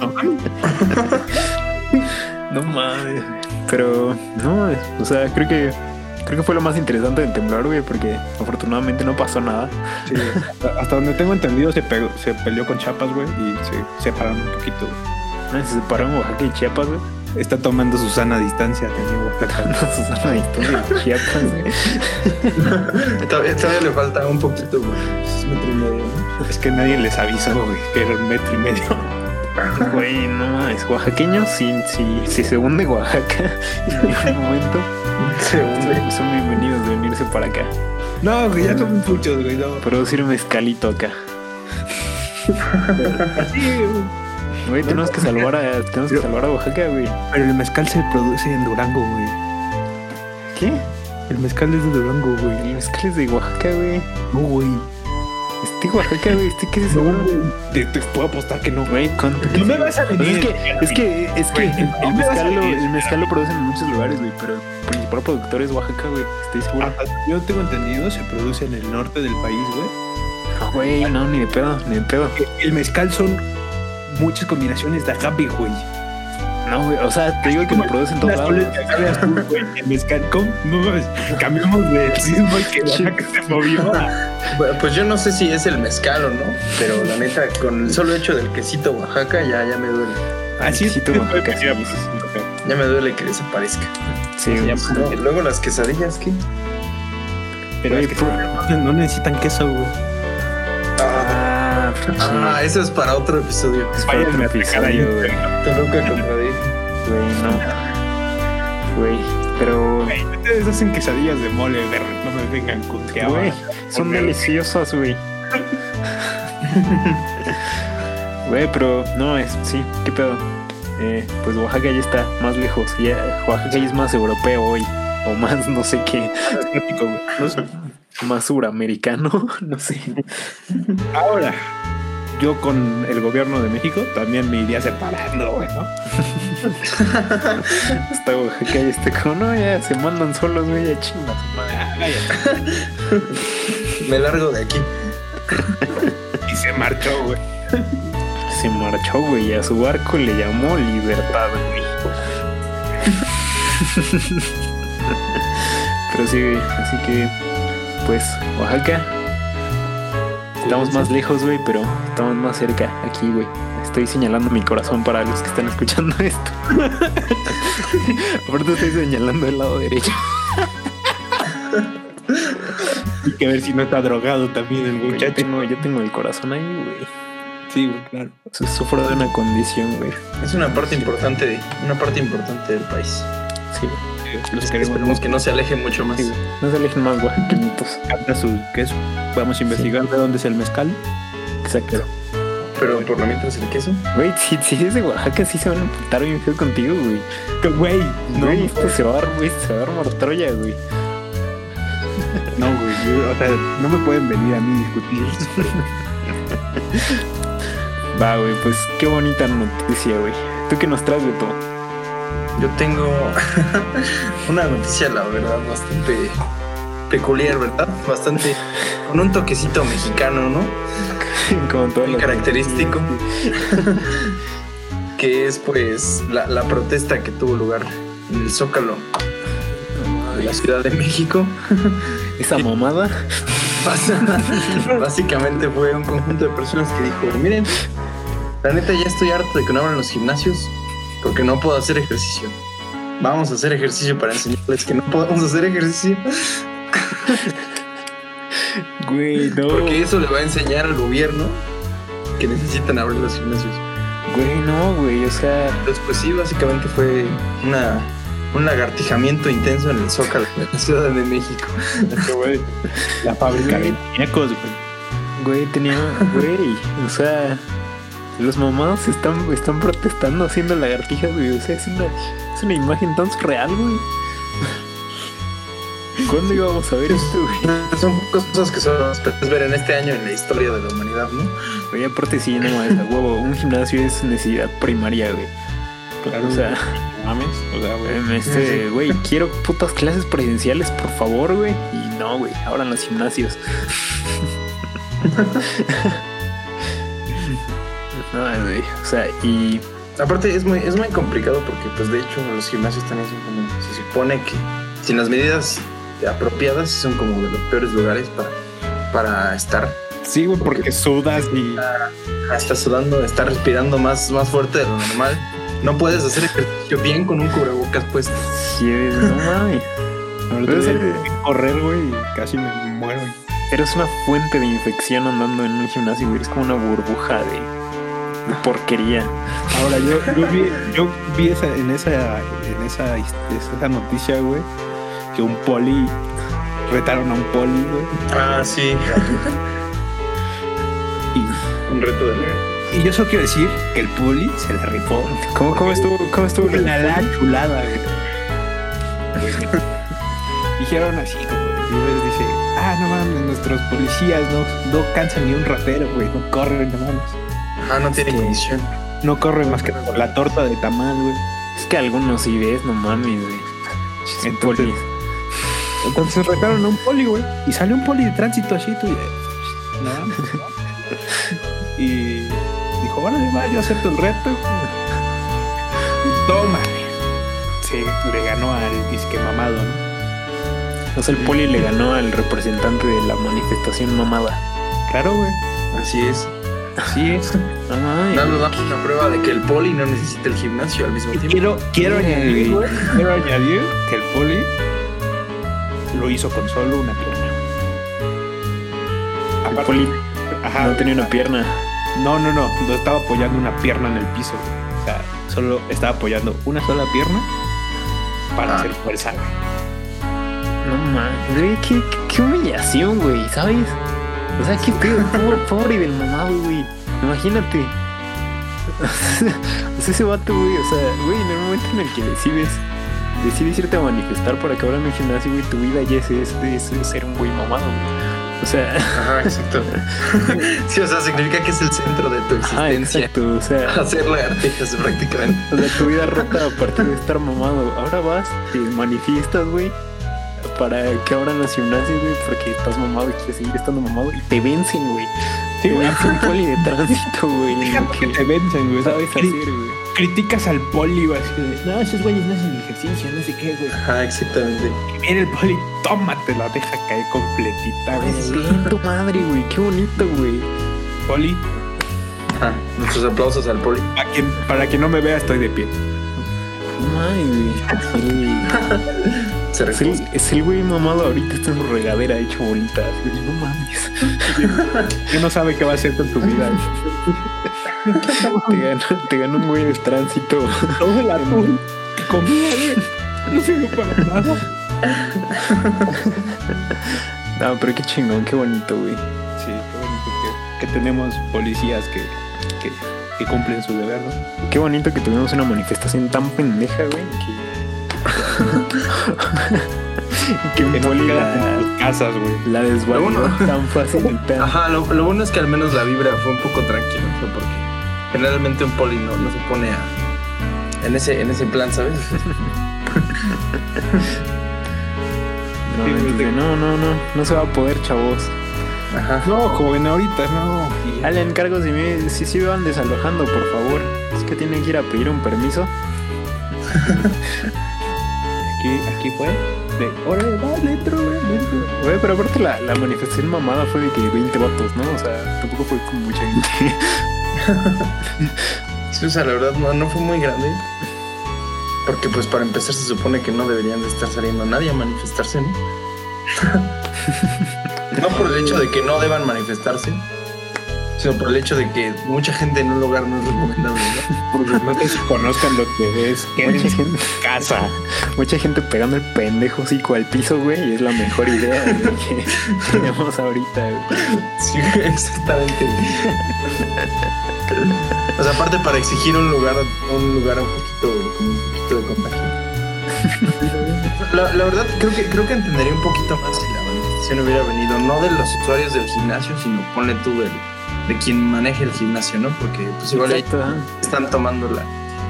no mames. *laughs* No mames. Pero, no, o sea, creo que creo que fue lo más interesante del temblor, güey, porque afortunadamente no pasó nada. Sí, hasta- hasta donde tengo entendido, se, pegó- se peleó con Chapas, güey, y se separaron un poquito. güey. Nadie Se separó en Oaxaca y Chiapas, güey. *laughs* Está tomando Susana a distancia, te digo. Susana Victoria y Chiapas, güey. Todavía, todavía le falta un poquito, güey. Es metro y medio, ¿no? Es que nadie les avisó, güey, que era un metro y medio. *laughs* Güey, no mames. Oaxaqueños, si, si, si se hunde Oaxaca *laughs* en algún momento, Se hunde. son- son bienvenidos de venirse para acá. No, güey, ya son muchos, güey, no. Producir mezcalito acá. Güey, tenemos que salvar a, tenemos que salvar a Oaxaca, güey. Pero el mezcal se produce en Durango, güey. ¿Qué? El mezcal es de Durango, güey. El mezcal es de Oaxaca, güey. No, güey. Este Oaxaca, güey, este que es eso, güey. Te, te puedo apostar que no, güey. Güey, ¿cuánto? No me vas a Pues es venir. que, es que, es que Güey, el, no me vas a mezcal lo, venir. el mezcal lo producen en muchos lugares, güey, pero el principal productor es Oaxaca, güey. Estoy seguro. Hasta donde Yo tengo entendido, se produce en el norte del país, güey. Ah, Güey, no, ni de pedo, ni de pedo. El mezcal son muchas combinaciones de agave, güey. No, güey, o sea, te digo que lo producen en todos Las lados. flores de agave azul, güey. El mezcal, ¿cómo? No mames. Cambiamos del sismo que Oaxaca se movió a- *laughs* Bueno, Pues yo no sé si es el mezcal o no, pero la neta, con el solo hecho del quesito Oaxaca ya, ya me duele. Así es. Sí, tú, Oaxaca, sí, sí, Ya me duele que desaparezca. Sí, güey. Luego- Luego las quesadillas, ¿qué? Pero es que no necesitan queso, güey. Ah, pues Ah, eso es para otro episodio. Es para Vayan otro a atacar ahí. episodio, güey. Toluca contra Diego. Güey, no. Güey, pero. Güey, Ustedes hacen quesadillas de mole, güey, no me vengan con que Güey, ahora. son Porque- deliciosas, güey. Güey, pero no, es, sí, qué pedo. Eh, pues Oaxaca ya está más lejos. Ya, Oaxaca ya es más europeo hoy. O más, no sé qué. Asiático, güey. No sé. Más suramericano, *laughs* no sé. Ahora, yo con el gobierno de México también me iría separando, güey, ¿no? Hasta Oaxaca ya está como, no, ya se mandan solos, güey, ya chingas, madre. Ah, ya. Me largo de aquí. Y se marchó, güey. Se marchó, güey, y a su barco le llamó Libertad, güey. *laughs* Pero sí, güey, así que, pues, Oaxaca. Estamos más lejos, güey, pero estamos más cerca aquí, güey. Estoy señalando mi corazón para los que están escuchando *laughs* esto. Aparte estoy señalando el lado derecho. Y que ver si no está drogado también el Güey, Yo muchacho. tengo, yo tengo el corazón ahí, güey. Sí, güey, claro. Su- Sufro de una condición, güey. Es una parte importante de, una parte importante del país. Sí, Los queremos. Esperemos que no se aleje mucho más. sí, güey. No se alejen más oaxaqueñitos. Canta su queso. Vamos a investigar de dónde es el mezcal. Exacto. Pero por lo mientras el queso. Güey, si, si eres de Oaxaca, sí se van a emputar bien feo contigo, güey. Que, Güey, no, Güey, esto se va a armar, se va a armar Troya, güey. no, güey. yo- O sea, no me pueden venir a mí a *laughs* discutir. Va, güey, pues qué bonita noticia, güey. ¿Tú qué nos traes, Beto? *laughs* Yo tengo *laughs* una noticia, la verdad, bastante peculiar, ¿verdad? Bastante con un toquecito mexicano, ¿no? Como todo Muy característico. que es pues la, la protesta que tuvo lugar en el Zócalo de la Ciudad de México. Esa mamada. Bas- Básicamente fue un conjunto de personas que dijo, miren, la neta ya estoy harto de que no abran los gimnasios porque no puedo hacer ejercicio. Vamos a hacer ejercicio para enseñarles que no podemos hacer ejercicio Güey, no. porque eso le va a enseñar al gobierno que necesitan abrir los gimnasios. Güey, no, güey. O sea, Entonces, pues sí, básicamente fue una, un lagartijamiento intenso en el Zócalo de la Ciudad de México. La fábrica de muñecos, güey. güey, tenía. Güey, o sea. Los mamados están, están protestando haciendo lagartijas, güey. O sea, es una, es una imagen tan surreal, güey. *laughs* ¿Cuándo íbamos a ver esto, güey? Son cosas que solo esperas ver en este año en la historia de la humanidad, ¿no? Oye, aparte sí, no mames, a huevo, un gimnasio es necesidad primaria, güey. Pues, Claro, O sea, no mames. O sea, güey. em, este, güey, quiero putas clases presenciales, por favor, güey. Y no, güey, ahora en los gimnasios. *laughs* no, güey, o sea, y Aparte es muy, es muy complicado porque pues de hecho los gimnasios también son como, se supone que sin las medidas apropiadas son como de los peores lugares para, para estar. Sí, güey, porque Ah. sudas y. Estás sudando, estás respirando más, más fuerte de lo normal. No puedes hacer ejercicio bien con un cubrebocas puesto. si eres, no mames, Ahorita Pero es voy a el- correr, güey, y casi me muero. güey. eres una fuente de infección andando en un gimnasio, güey, eres como una burbuja de, de porquería. Ahora, yo, yo vi, yo vi esa, en, esa, en esa, esa noticia, güey, que un poli. Retaron a un poli, güey. Ah, sí. un reto de Y yo solo quiero decir que el poli se la rifó. ¿Cómo, cómo estuvo? ¿Cómo estuvo? Una la chulada, güey. Dijeron así, como el Dios dice, ah, no mames, nuestros policías no, no cansan ni un ratero, güey, no corren, no mames. Ah, no tiene condición. No corren más que por la torta de tamal, güey. Es que algunos sí ves, no mames, güey. Entonces- Entonces retaron a un poli, güey. Y salió un poli de tránsito así, tú y. eh, Nada más, ¿no? *laughs* Y dijo, órale, va, yo acepto el reto. Y Toma. Se le ganó al disque mamado, ¿no? O sea, el poli le ganó al representante de la manifestación mamada. Claro, güey. Así es. Así es. Ay, Dando damos una prueba de que el poli no necesita el gimnasio al mismo tiempo. Quiero, quiero Bien, añadir, güey. güey, quiero añadir que el poli lo hizo con solo una pierna. el Aparte- poli Ajá, no tenía una pierna. No, no, no. No estaba apoyando una pierna en el piso. güey. O sea, solo estaba apoyando una sola pierna para Ah. hacer fuerza. güey. No mames, güey, qué, qué- qué humillación, güey, ¿sabes? O sea, qué *laughs* pedo, pobre, pobre del mamá, güey. Imagínate. *laughs* O sea, ese vato, güey, o sea, güey, en el momento en el que decides, decides irte a manifestar para que ahora en el gimnasio, güey, tu vida ya es, es, es ser un güey mamado, güey. O sea, *laughs* Ajá, exacto. *laughs* sí, o sea, significa que es el centro de tu ajá, existencia. exacto, o *laughs* sea, Hacer lagartijas prácticamente. O sea, tu vida rota a partir de estar mamado. Ahora vas, te manifiestas, güey, para que abran las gimnasias, güey, porque estás mamado y quieres seguir estando mamado y te vencen, güey. Sí, Te güey. vencen un poli de tránsito, güey. en Deja lo que te vencen, güey. sabes ¿sabes? hacer, güey. Criticas al poli, güey. así de, no, esos güeyes no hacen ejercicio, no sé qué, güey. Ajá, exactamente. Y viene el poli, tómatela, deja caer completita, güey. Pues bien, tu madre, güey. Qué bonito, güey. Poli, Ajá. Nuestros aplausos al poli. para quien, para quien no me vea, estoy de pie. Ay, güey. Se Es el- reconoce. *laughs* Es el güey mamado ahorita está en su regadera hecho bolitas, güey. No *laughs* mames. Que no sabe qué va a hacer con tu vida. güey. Te ganó, te ganó un güey de tránsito. *laughs* *laughs* Todo el atún que comía, güey. No sirve para nada. No, Ah, pero qué chingón, qué bonito, güey. Sí, qué bonito que, que tenemos policías que, que, que cumplen su deber, ¿no? Qué bonito que tuvimos una manifestación tan pendeja, güey. *laughs* Que, que un Que no poli quedan en la, sus casas, güey. la desvalidó Lo bueno. tan fácil. y tan- Ajá, lo, lo bueno es que al menos la vibra fue un poco tranquila, o sea, porque generalmente un poli no, no se pone a, en, ese, en ese plan, ¿sabes? *laughs* No, entonces, no, no, no, no se va a poder, chavos. Ajá. No, joven, ahorita, no. Halen cargos si me si sí van desalojando, por favor. Es que tienen que ir a pedir un permiso. Aquí, aquí fue. De, órale, dale, entro, güey, entro. Güey, pero aparte la, la manifestación mamada fue de que 20 votos, ¿no? O sea, tampoco fue con mucha gente. Sí, o sea, la verdad no, no fue muy grande. Porque pues para empezar se supone que no deberían de estar saliendo nadie a manifestarse, ¿no? no por el hecho de que no deban manifestarse, sino por el hecho de que mucha gente en un lugar no es recomendable, ¿no? Porque no te conozcan lo que es. Mucha Quédense en gente, casa. mucha gente pegando el pendejo hocico al piso, güey. Y es la mejor idea güey, *laughs* que tenemos ahorita, güey. Sí, *laughs* exactamente. o sea, aparte para exigir un lugar, un lugar un poquito, con un poquito de contagio. *laughs* La, la verdad creo que creo que entendería un poquito más si la manifestación hubiera venido no de los usuarios del gimnasio, sino ponle tú del, de quien maneje el gimnasio, ¿no? Porque pues igual ahí Exacto, ajá. están tomando la,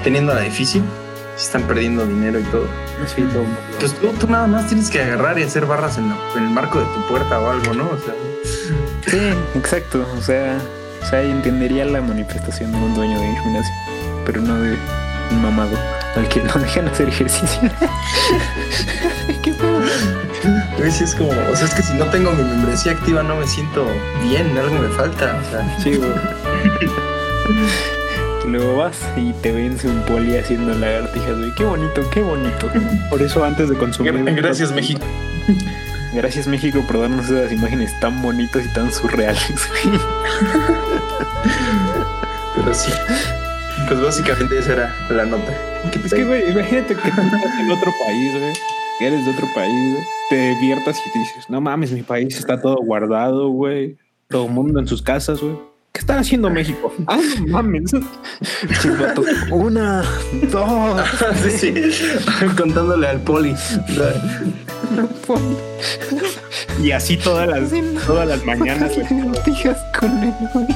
teniendo la difícil, están perdiendo dinero y todo. Sí, todo mundo. Pues tú, tú nada más tienes que agarrar y hacer barras en, la- en el marco de tu puerta o algo, ¿no? O sea, Sí, exacto. O sea, o sea, entendería la manifestación de un dueño de gimnasio, pero no de un mamado al que no dejan hacer *laughs* ejercicio. ¿Qué pedo? Güey, sí es como, o sea, es que si no tengo mi membresía activa no me siento bien, algo me falta, o sea. Sí, güey. Y Luego vas y te vence un poli haciendo lagartijas, güey. Qué bonito, qué bonito. Por eso antes de consumir. México. Gracias, México, por darnos esas imágenes tan bonitas y tan *laughs* surreales, güey. Pero sí. Pues básicamente esa era la nota. Que *laughs* pues, Es que, güey, imagínate que tú estás en otro país, güey. que Eres de otro país, güey. Te diviertas y te dices, no mames, mi país está todo guardado, güey. Todo el mundo en sus casas, güey. ¿Qué están haciendo México? *laughs* Ah, no mames. Pinches vatos. Una, dos. sí, *laughs* sí. Contándole al poli. La- Y así todas las, todas las *laughs* mañanas, güey. lagartijas con el güey.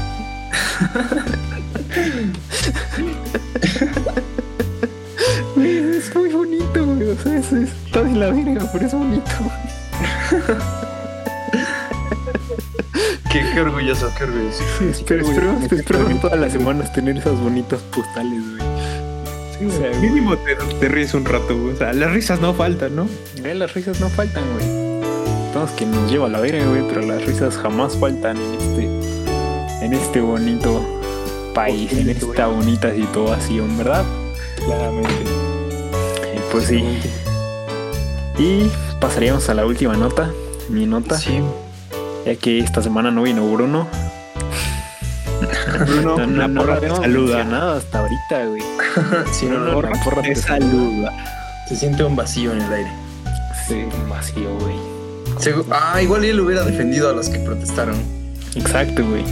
Güey, es muy bonito, güey. O sea, es, es- está de la verga, pero es bonito. Qué, qué orgulloso, qué orgulloso. Pero esperemos, esperemos todas las semanas tener esas bonitas postales, güey. O sea, güey, Mínimo te, te ríes un rato, güey. O sea, las risas no faltan, ¿no? eh, las risas no faltan, güey. Todos que nos lleva a la verga, güey, pero las risas jamás faltan en este, en este bonito país, en esta bonita situación, ¿verdad? Claramente. Eh, Pues sí. Y pasaríamos a la última nota, mi nota, Sí. ya que esta semana no vino Bruno. Bruno, No, no, la no lo porra te habíamos saluda. mencionado hasta ahorita, güey. Sí, no, La no, porra La porra te te saluda. se siente un vacío en el aire. Sí, vacío, güey. Segu- ah, igual él hubiera defendido a los que protestaron. Exacto, güey.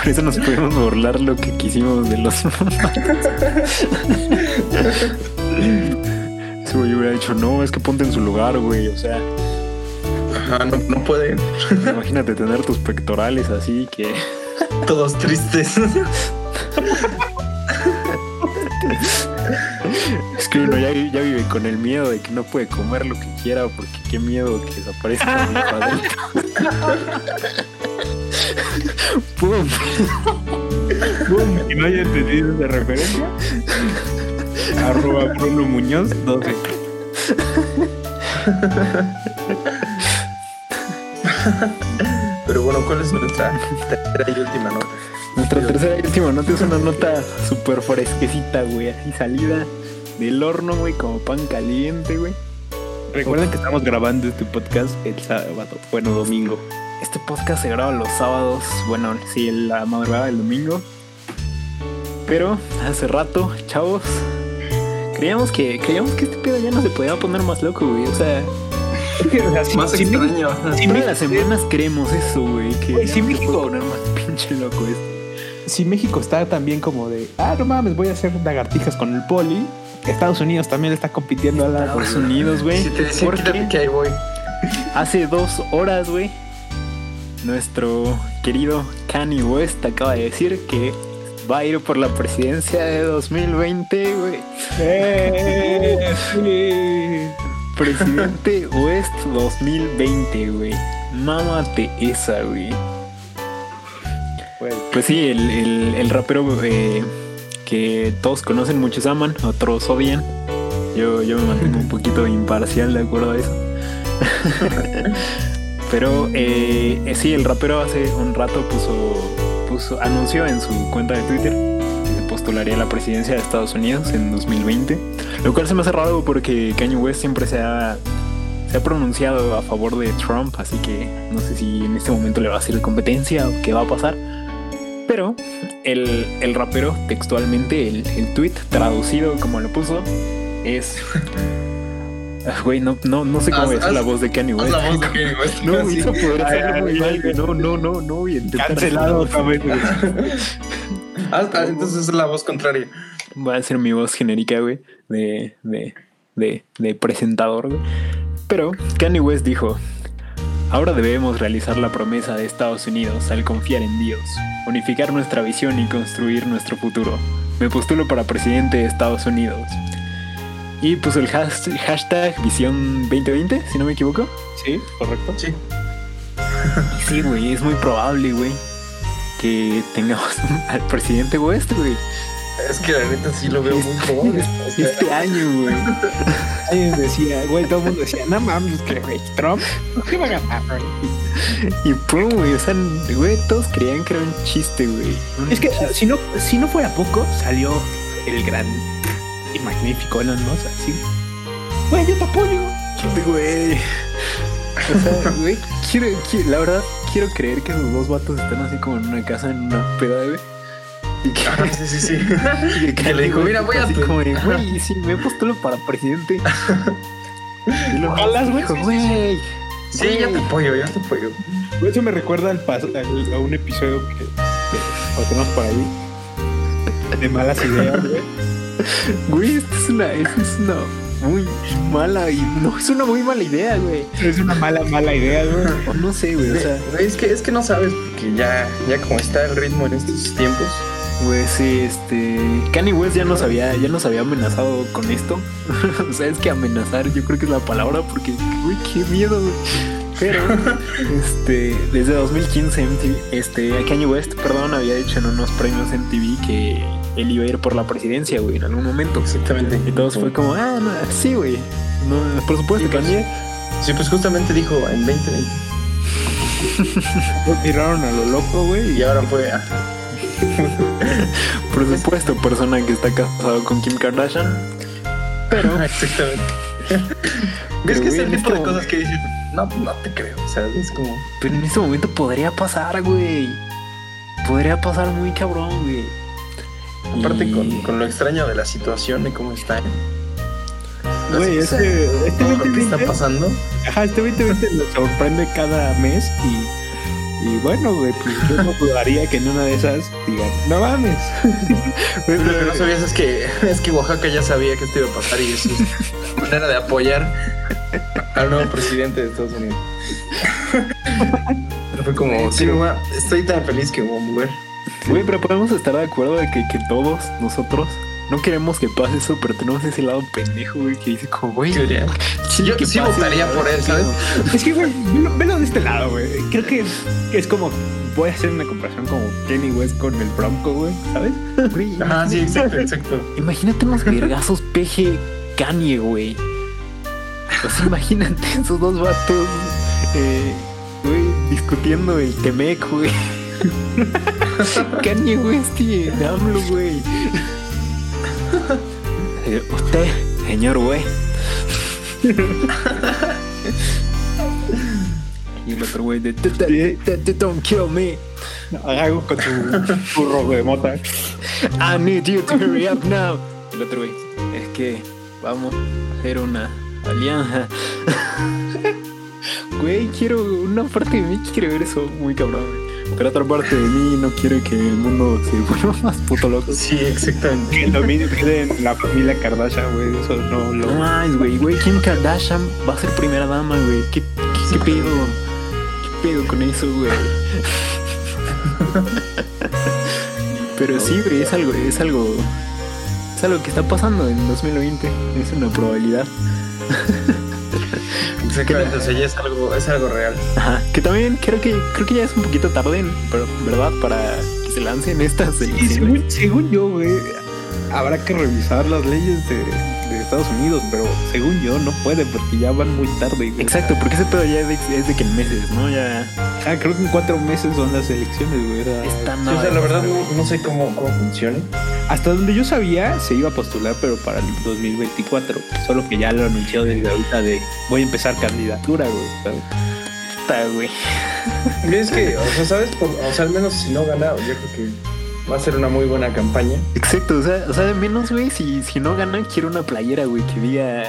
Por eso nos pudimos burlar lo que quisimos de los mamados. Ese güey hubiera dicho, no, es que ponte en su lugar, güey. O sea, Ajá, no, no puede. imagínate tener tus pectorales así que. Todos tristes. *laughs* Es que uno ya, ya vive con el miedo de que no puede comer lo que quiera porque qué miedo que desaparezca. mi padre. Pum. *laughs* Boom. Y no haya entendido *laughs* de referencia. Arroba Bruno Muñoz 12. Pero bueno, ¿cuál es nuestra tercera y última nota? Nuestra tercera y última nota es una nota súper fresquecita, güey. Así salida del horno, güey, como pan caliente, güey. Recuerden que estamos grabando este podcast el sábado, bueno, domingo. Este podcast se graba los sábados, bueno, sí, en la madrugada del domingo. Pero hace rato, chavos, creíamos que creíamos que este pedo ya no se podía poner más loco, güey. O sea, Más extraño. Si todas las México, semanas creemos eso, güey. Que Güey, sí, ya no se puede México. poner más pinche loco esto. si México está también como de, ah, no mames, voy a hacer lagartijas con el poli. Estados Unidos también está compitiendo a la. Estados Unidos, güey. Si te dicen ¿Por quítate qué? que ahí voy. Hace dos horas, güey, nuestro querido Kanye West acaba de decir que va a ir por la presidencia de 2020, güey. ¡Eh! sí. Presidente West 2020, güey. Mámate esa, güey. Güey, Pues sí, el, el- el rapero eh, que todos conocen, muchos aman, otros odian. Yo, yo me mantengo un poquito imparcial de acuerdo a eso. Pero eh, eh, sí, el rapero hace un rato puso, puso, anunció en su cuenta de Twitter que se postularía a la presidencia de Estados Unidos en 2020. Lo cual se me hace raro porque Kanye West siempre se ha, se ha pronunciado a favor de Trump, así que no sé si en este momento le va a hacer competencia o qué va a pasar. Pero el, el rapero, textualmente, el, el tweet traducido como lo puso, es. *laughs* Ah, Güey, no, no, no sé cómo Haz- es la haz- voz de Kanye Haz West. *laughs* la voz de Kanye West. No, Así. voy a poder Ay, hacerlo muy ay, mal, ay, güey. No, no, no, no voy a intentar Cancelado hacerlo. otra vez, güey. Haz- haz- entonces es la voz contraria. Va a ser mi voz genérica, güey, de, de, de, de presentador, güey. Pero Kanye West dijo, ahora debemos realizar la promesa de Estados Unidos al confiar en Dios, unificar nuestra visión y construir nuestro futuro. Me postulo para presidente de Estados Unidos. Y puso el has- hashtag Visión 2020, si no me equivoco. Sí, correcto. Sí. Y Sí, güey, es muy probable, güey, que tengamos *laughs* al presidente West, güey, Es que la neta sí lo veo muy probable. O sea, *laughs* este año, güey. Alguien decía, güey, todo el mundo decía, no mames, que güey, Trump, ¿qué va a ganar, güey? Y pum, güey, o sea, güey, todos creían que era un chiste, güey. Un Es que chiste. si no, si no fuera poco, salió el gran y magnífico Elon Musk, así. Güey, yo te apoyo. güey. *laughs* O sea, güey, quiero, quiero- la verdad, quiero creer que esos dos vatos están así como en una casa, en una peda, güey. Y que, Ajá, sí, sí, sí. y que Kanye le dijo, West "Mira, voy está a Así tu- como, de, güey, sí, me postulo para presidente. Y lo Ojalá, güey, dijo, sí, sí, güey. *laughs* Sí, yo te apoyo, yo te apoyo. Güey, Eso me recuerda al pas- al- a un episodio que, que lo tenemos por ahí. De malas ideas, güey. Güey, esta es una, esta es una muy mala, y no, es una muy mala idea, güey. Es una mala, mala idea, güey. O No sé, güey, o sea. Güey, es, que, es que no sabes, porque ya, ya como está el ritmo en estos tiempos. Pues sí, este. Kanye West ya nos había, ya nos había amenazado con esto. *laughs* o sea, es que amenazar, yo creo que es la palabra, porque, uy, qué miedo, güey. Pero, este, desde 2015, MTV, este, Kanye West, perdón, había dicho en unos premios MTV que él iba a ir por la presidencia, güey, en algún momento. Exactamente. Y todos fue como, ah, no, sí, güey. No, por supuesto, Sí, pues. Kanye. Sí, pues justamente dijo en 2020. Lo Tiraron a lo loco, güey. Y y- ahora fue. ah, Por supuesto, persona que está casado con Kim Kardashian. Pero, *laughs* Exactamente. Pero, es que es güey, el en tipo este de cosas que dices, no, no te creo. O sea, es como. este pero en ese momento podría pasar, güey. podría pasar muy cabrón, güey. Aparte Y- con, con lo extraño de la situación y cómo está. Güey, O sea, este, este todo lo que está 2020 pasando. Ajá, este 2020 nos sorprende cada mes y, y bueno, güey, pues yo no dudaría que en una de esas digan, no mames. Lo que no sabías es que, *laughs* es que Oaxaca ya sabía que esto iba a pasar y eso es manera de apoyar al nuevo presidente de Estados Unidos. *laughs* Pero fue como, sí, mamá, estoy tan feliz que voy a mover. Güey, pero podemos estar de acuerdo de que, que todos nosotros no queremos que pase eso, pero tenemos ese lado pendejo, güey, que dice como, güey, sí, Yo que sí pase, votaría por él, ¿sabes? Es que, güey, velo, velo de este lado, güey. Creo que es como, voy a hacer una comparación como Kenny West con el Bronco, güey, ¿sabes? Güey, Ajá, sí, exacto, exacto. Imagínate unos vergazos peje Kanye, güey. O sea, *laughs* imagínate esos dos vatos, eh, güey, discutiendo el Temec, güey. *laughs* Kanye West y el AMLO, güey. Eh, usted, señor, güey. y el otro güey de "Don't- don't don't- don't kill me. Hago con su burro de mota. I need you to hurry up now. El otro güey, es que vamos a hacer una alianza. *laughs* Güey, quiero. Una parte de mí quiere ver eso muy cabrón, güey. Pero otra parte de mí no quiere que el mundo se vuelva *laughs* más puto loco. Sí, exactamente. Que el dominio quede en la familia Kardashian, güey, eso no No lo... mames, güey, güey, Kim Kardashian va a ser primera dama, güey. ¿Qué, qué, qué pedo? ¿Qué pedo con eso, güey? *laughs* Pero sí, güey, es algo, es algo. Es algo que está pasando en 2020. Es una probabilidad. Exactamente, o sea, ya es algo, es algo real. Ajá. Que también creo que creo que ya es un poquito tarde, pero ¿verdad? Para que se lancen estas Y elecciones. según, según yo, güey, habrá que revisar las leyes de, de Estados Unidos, pero según yo no puede porque ya van muy tarde, güey. Exacto, porque ese pedo ya es de, es de que en meses, ¿no? Ya Ah, creo que en cuatro meses son las elecciones, güey. era- está Sí, o sea, la verdad no, no sé cómo, cómo funciona. Hasta donde yo sabía, se iba a postular, pero para el 2024. Solo que ya lo anunció desde ahorita de voy a empezar candidatura, güey. ¿sabes? está, güey. Y es que, o sea, ¿sabes? Por- o sea, al menos si no gana, yo creo que va a ser una muy buena campaña. Exacto, o sea, o sea, de menos, güey, si, si no gana, quiero una playera, güey, que diga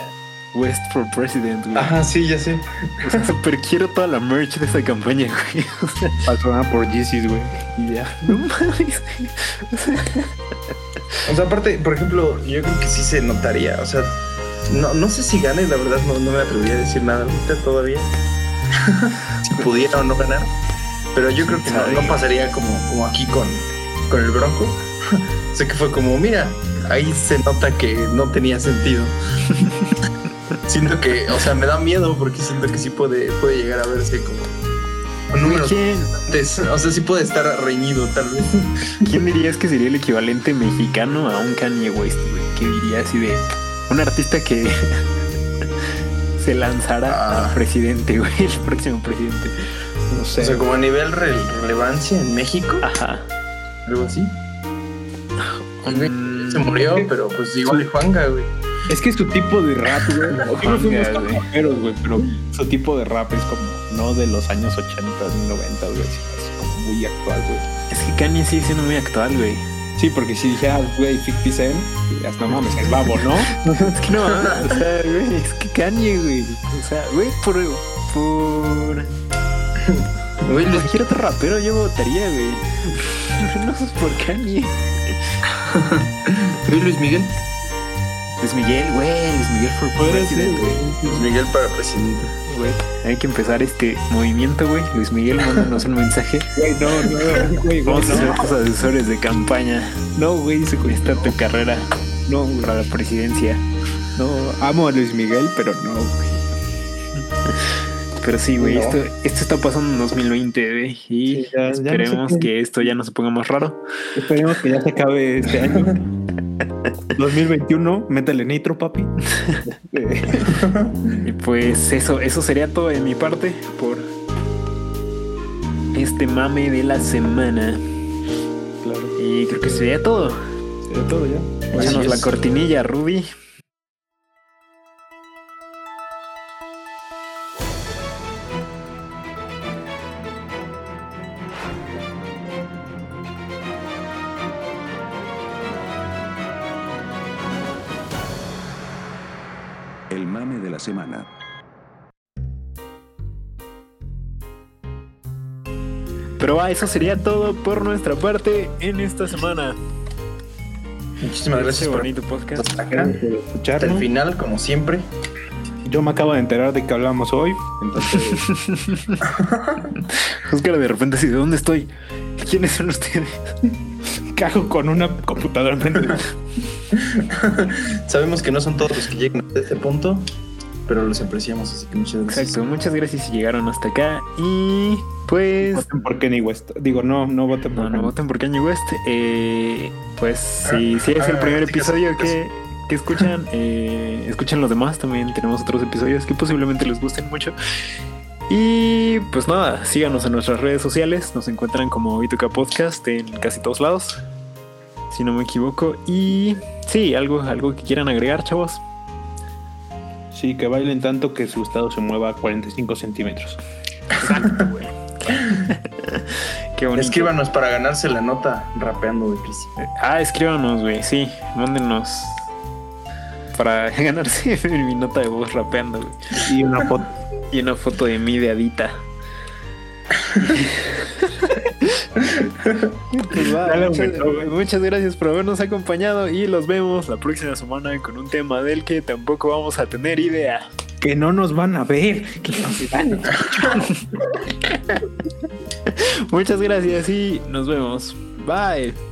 West for President, güey. Ajá, sí, ya sé. O sea, super quiero toda la merch de esa campaña, güey. *laughs* O sea, Patronar por Jesus, güey. y ya. No mames. O sea, aparte, por ejemplo, yo creo que sí se notaría. O sea, no, no sé si gane, la verdad no, no me atrevería a decir nada ahorita todavía. *laughs* si pudiera o no ganar. Pero yo creo que no, no pasaría como, como aquí con, con el Bronco. *laughs* o sea, que fue como, mira, ahí se nota que no tenía sentido. *laughs* siento que, o sea, me da miedo porque siento que sí puede, puede llegar a verse como números. ¿Quién, antes. O sea, sí puede estar reñido tal vez. ¿Quién dirías que sería el equivalente mexicano a un Kanye West, güey? ¿Qué diría así de un artista que *laughs* se lanzara a Ah. presidente, güey? El próximo presidente. No O sea, sé. como a nivel re- relevancia en México, Ajá. algo *laughs* así. Güey, Mm, Se murió, pero pues igual Juanga, güey. Es que su tipo de rap, güey. Nosotros fuimos Manga, güey. raperos, güey, pero su tipo de rap es como no de los años 80 ni 90, güey. sino Es como muy actual, güey. Es que Kanye sigue siendo muy actual, güey. Sí, porque si dije, ah, güey, 50 Cent, dirías, no mames, el babo, ¿no? Es que *laughs* no, o sea, güey, es que Kanye, güey. O sea, güey, por, por Güey, les- cualquier otro rapero yo votaría, güey. *laughs* Pero No es por Kanye. güey, Luis Miguel. Luis Miguel, güey, Luis Miguel for Podría ser, president, güey. Luis Miguel para presidente. Güey, Hay que empezar este movimiento, güey. Luis Miguel, mándanos un mensaje. Güey, no, no, güey, güey, Vamos a ser no. tus asesores de campaña. No, güey, se Ahí Está cuesta. tu carrera No, güey. para la presidencia. No, amo a Luis Miguel, pero no, güey. Pero sí, güey, No. esto, esto está pasando en 2020, güey. Y Sí, ya- ya no sé esperemos qué- que esto ya no se ponga más raro. Esperemos que ya se acabe este *laughs* año. 2021, métale nitro, papi. Eh, Y pues eso, eso sería todo de mi parte por este mame de la semana. claro, Y creo que sería todo. sería todo ya. Échanos es. la cortinilla, Ruby. semana. Pero va, eso sería todo por nuestra parte en esta semana. Muchísimas Este gracias por bonito podcast. hasta acá, hasta el escucharnos. final, como siempre. Yo me acabo de enterar de que hablamos hoy. Entonces, Oscar de repente así, ¿de dónde estoy? ¿Quiénes son ustedes? cago con una computadora enfrente *laughs* de mí. Sabemos que no son todos los que llegan a este punto, pero los apreciamos, así que muchas gracias. Exacto, muchas gracias si llegaron hasta acá. Y pues. Voten por Kenny West. Digo, no, no voten por No, no Kanye. voten por Kanye West. Eh, pues si, si es el ah, primer sí que sí, episodio que que, que escuchan, *laughs* eh, escuchen los demás. También tenemos otros episodios que posiblemente les gusten mucho. Y pues nada, síganos en nuestras redes sociales. Nos encuentran como Bituca Podcast en casi todos lados, si no me equivoco. Y sí, algo, algo que quieran agregar, chavos. Sí, que bailen tanto que su estado se mueva a 45 centímetros. *laughs* Qué bonito. Escríbanos para ganarse la nota rapeando de Pisi. Ah, escríbanos, güey. Sí, mándenos para *laughs* ganarse mi nota de voz rapeando, güey. Y una foto. Y una foto de mí de Adita. Pues *laughs* va, Ya le muchas, aumentó, güey. muchas gracias por habernos acompañado y los vemos la próxima semana con un tema del que tampoco vamos a tener idea. Que no nos van a ver. *laughs* Que nos van a ver. Muchas gracias y nos vemos. Bye.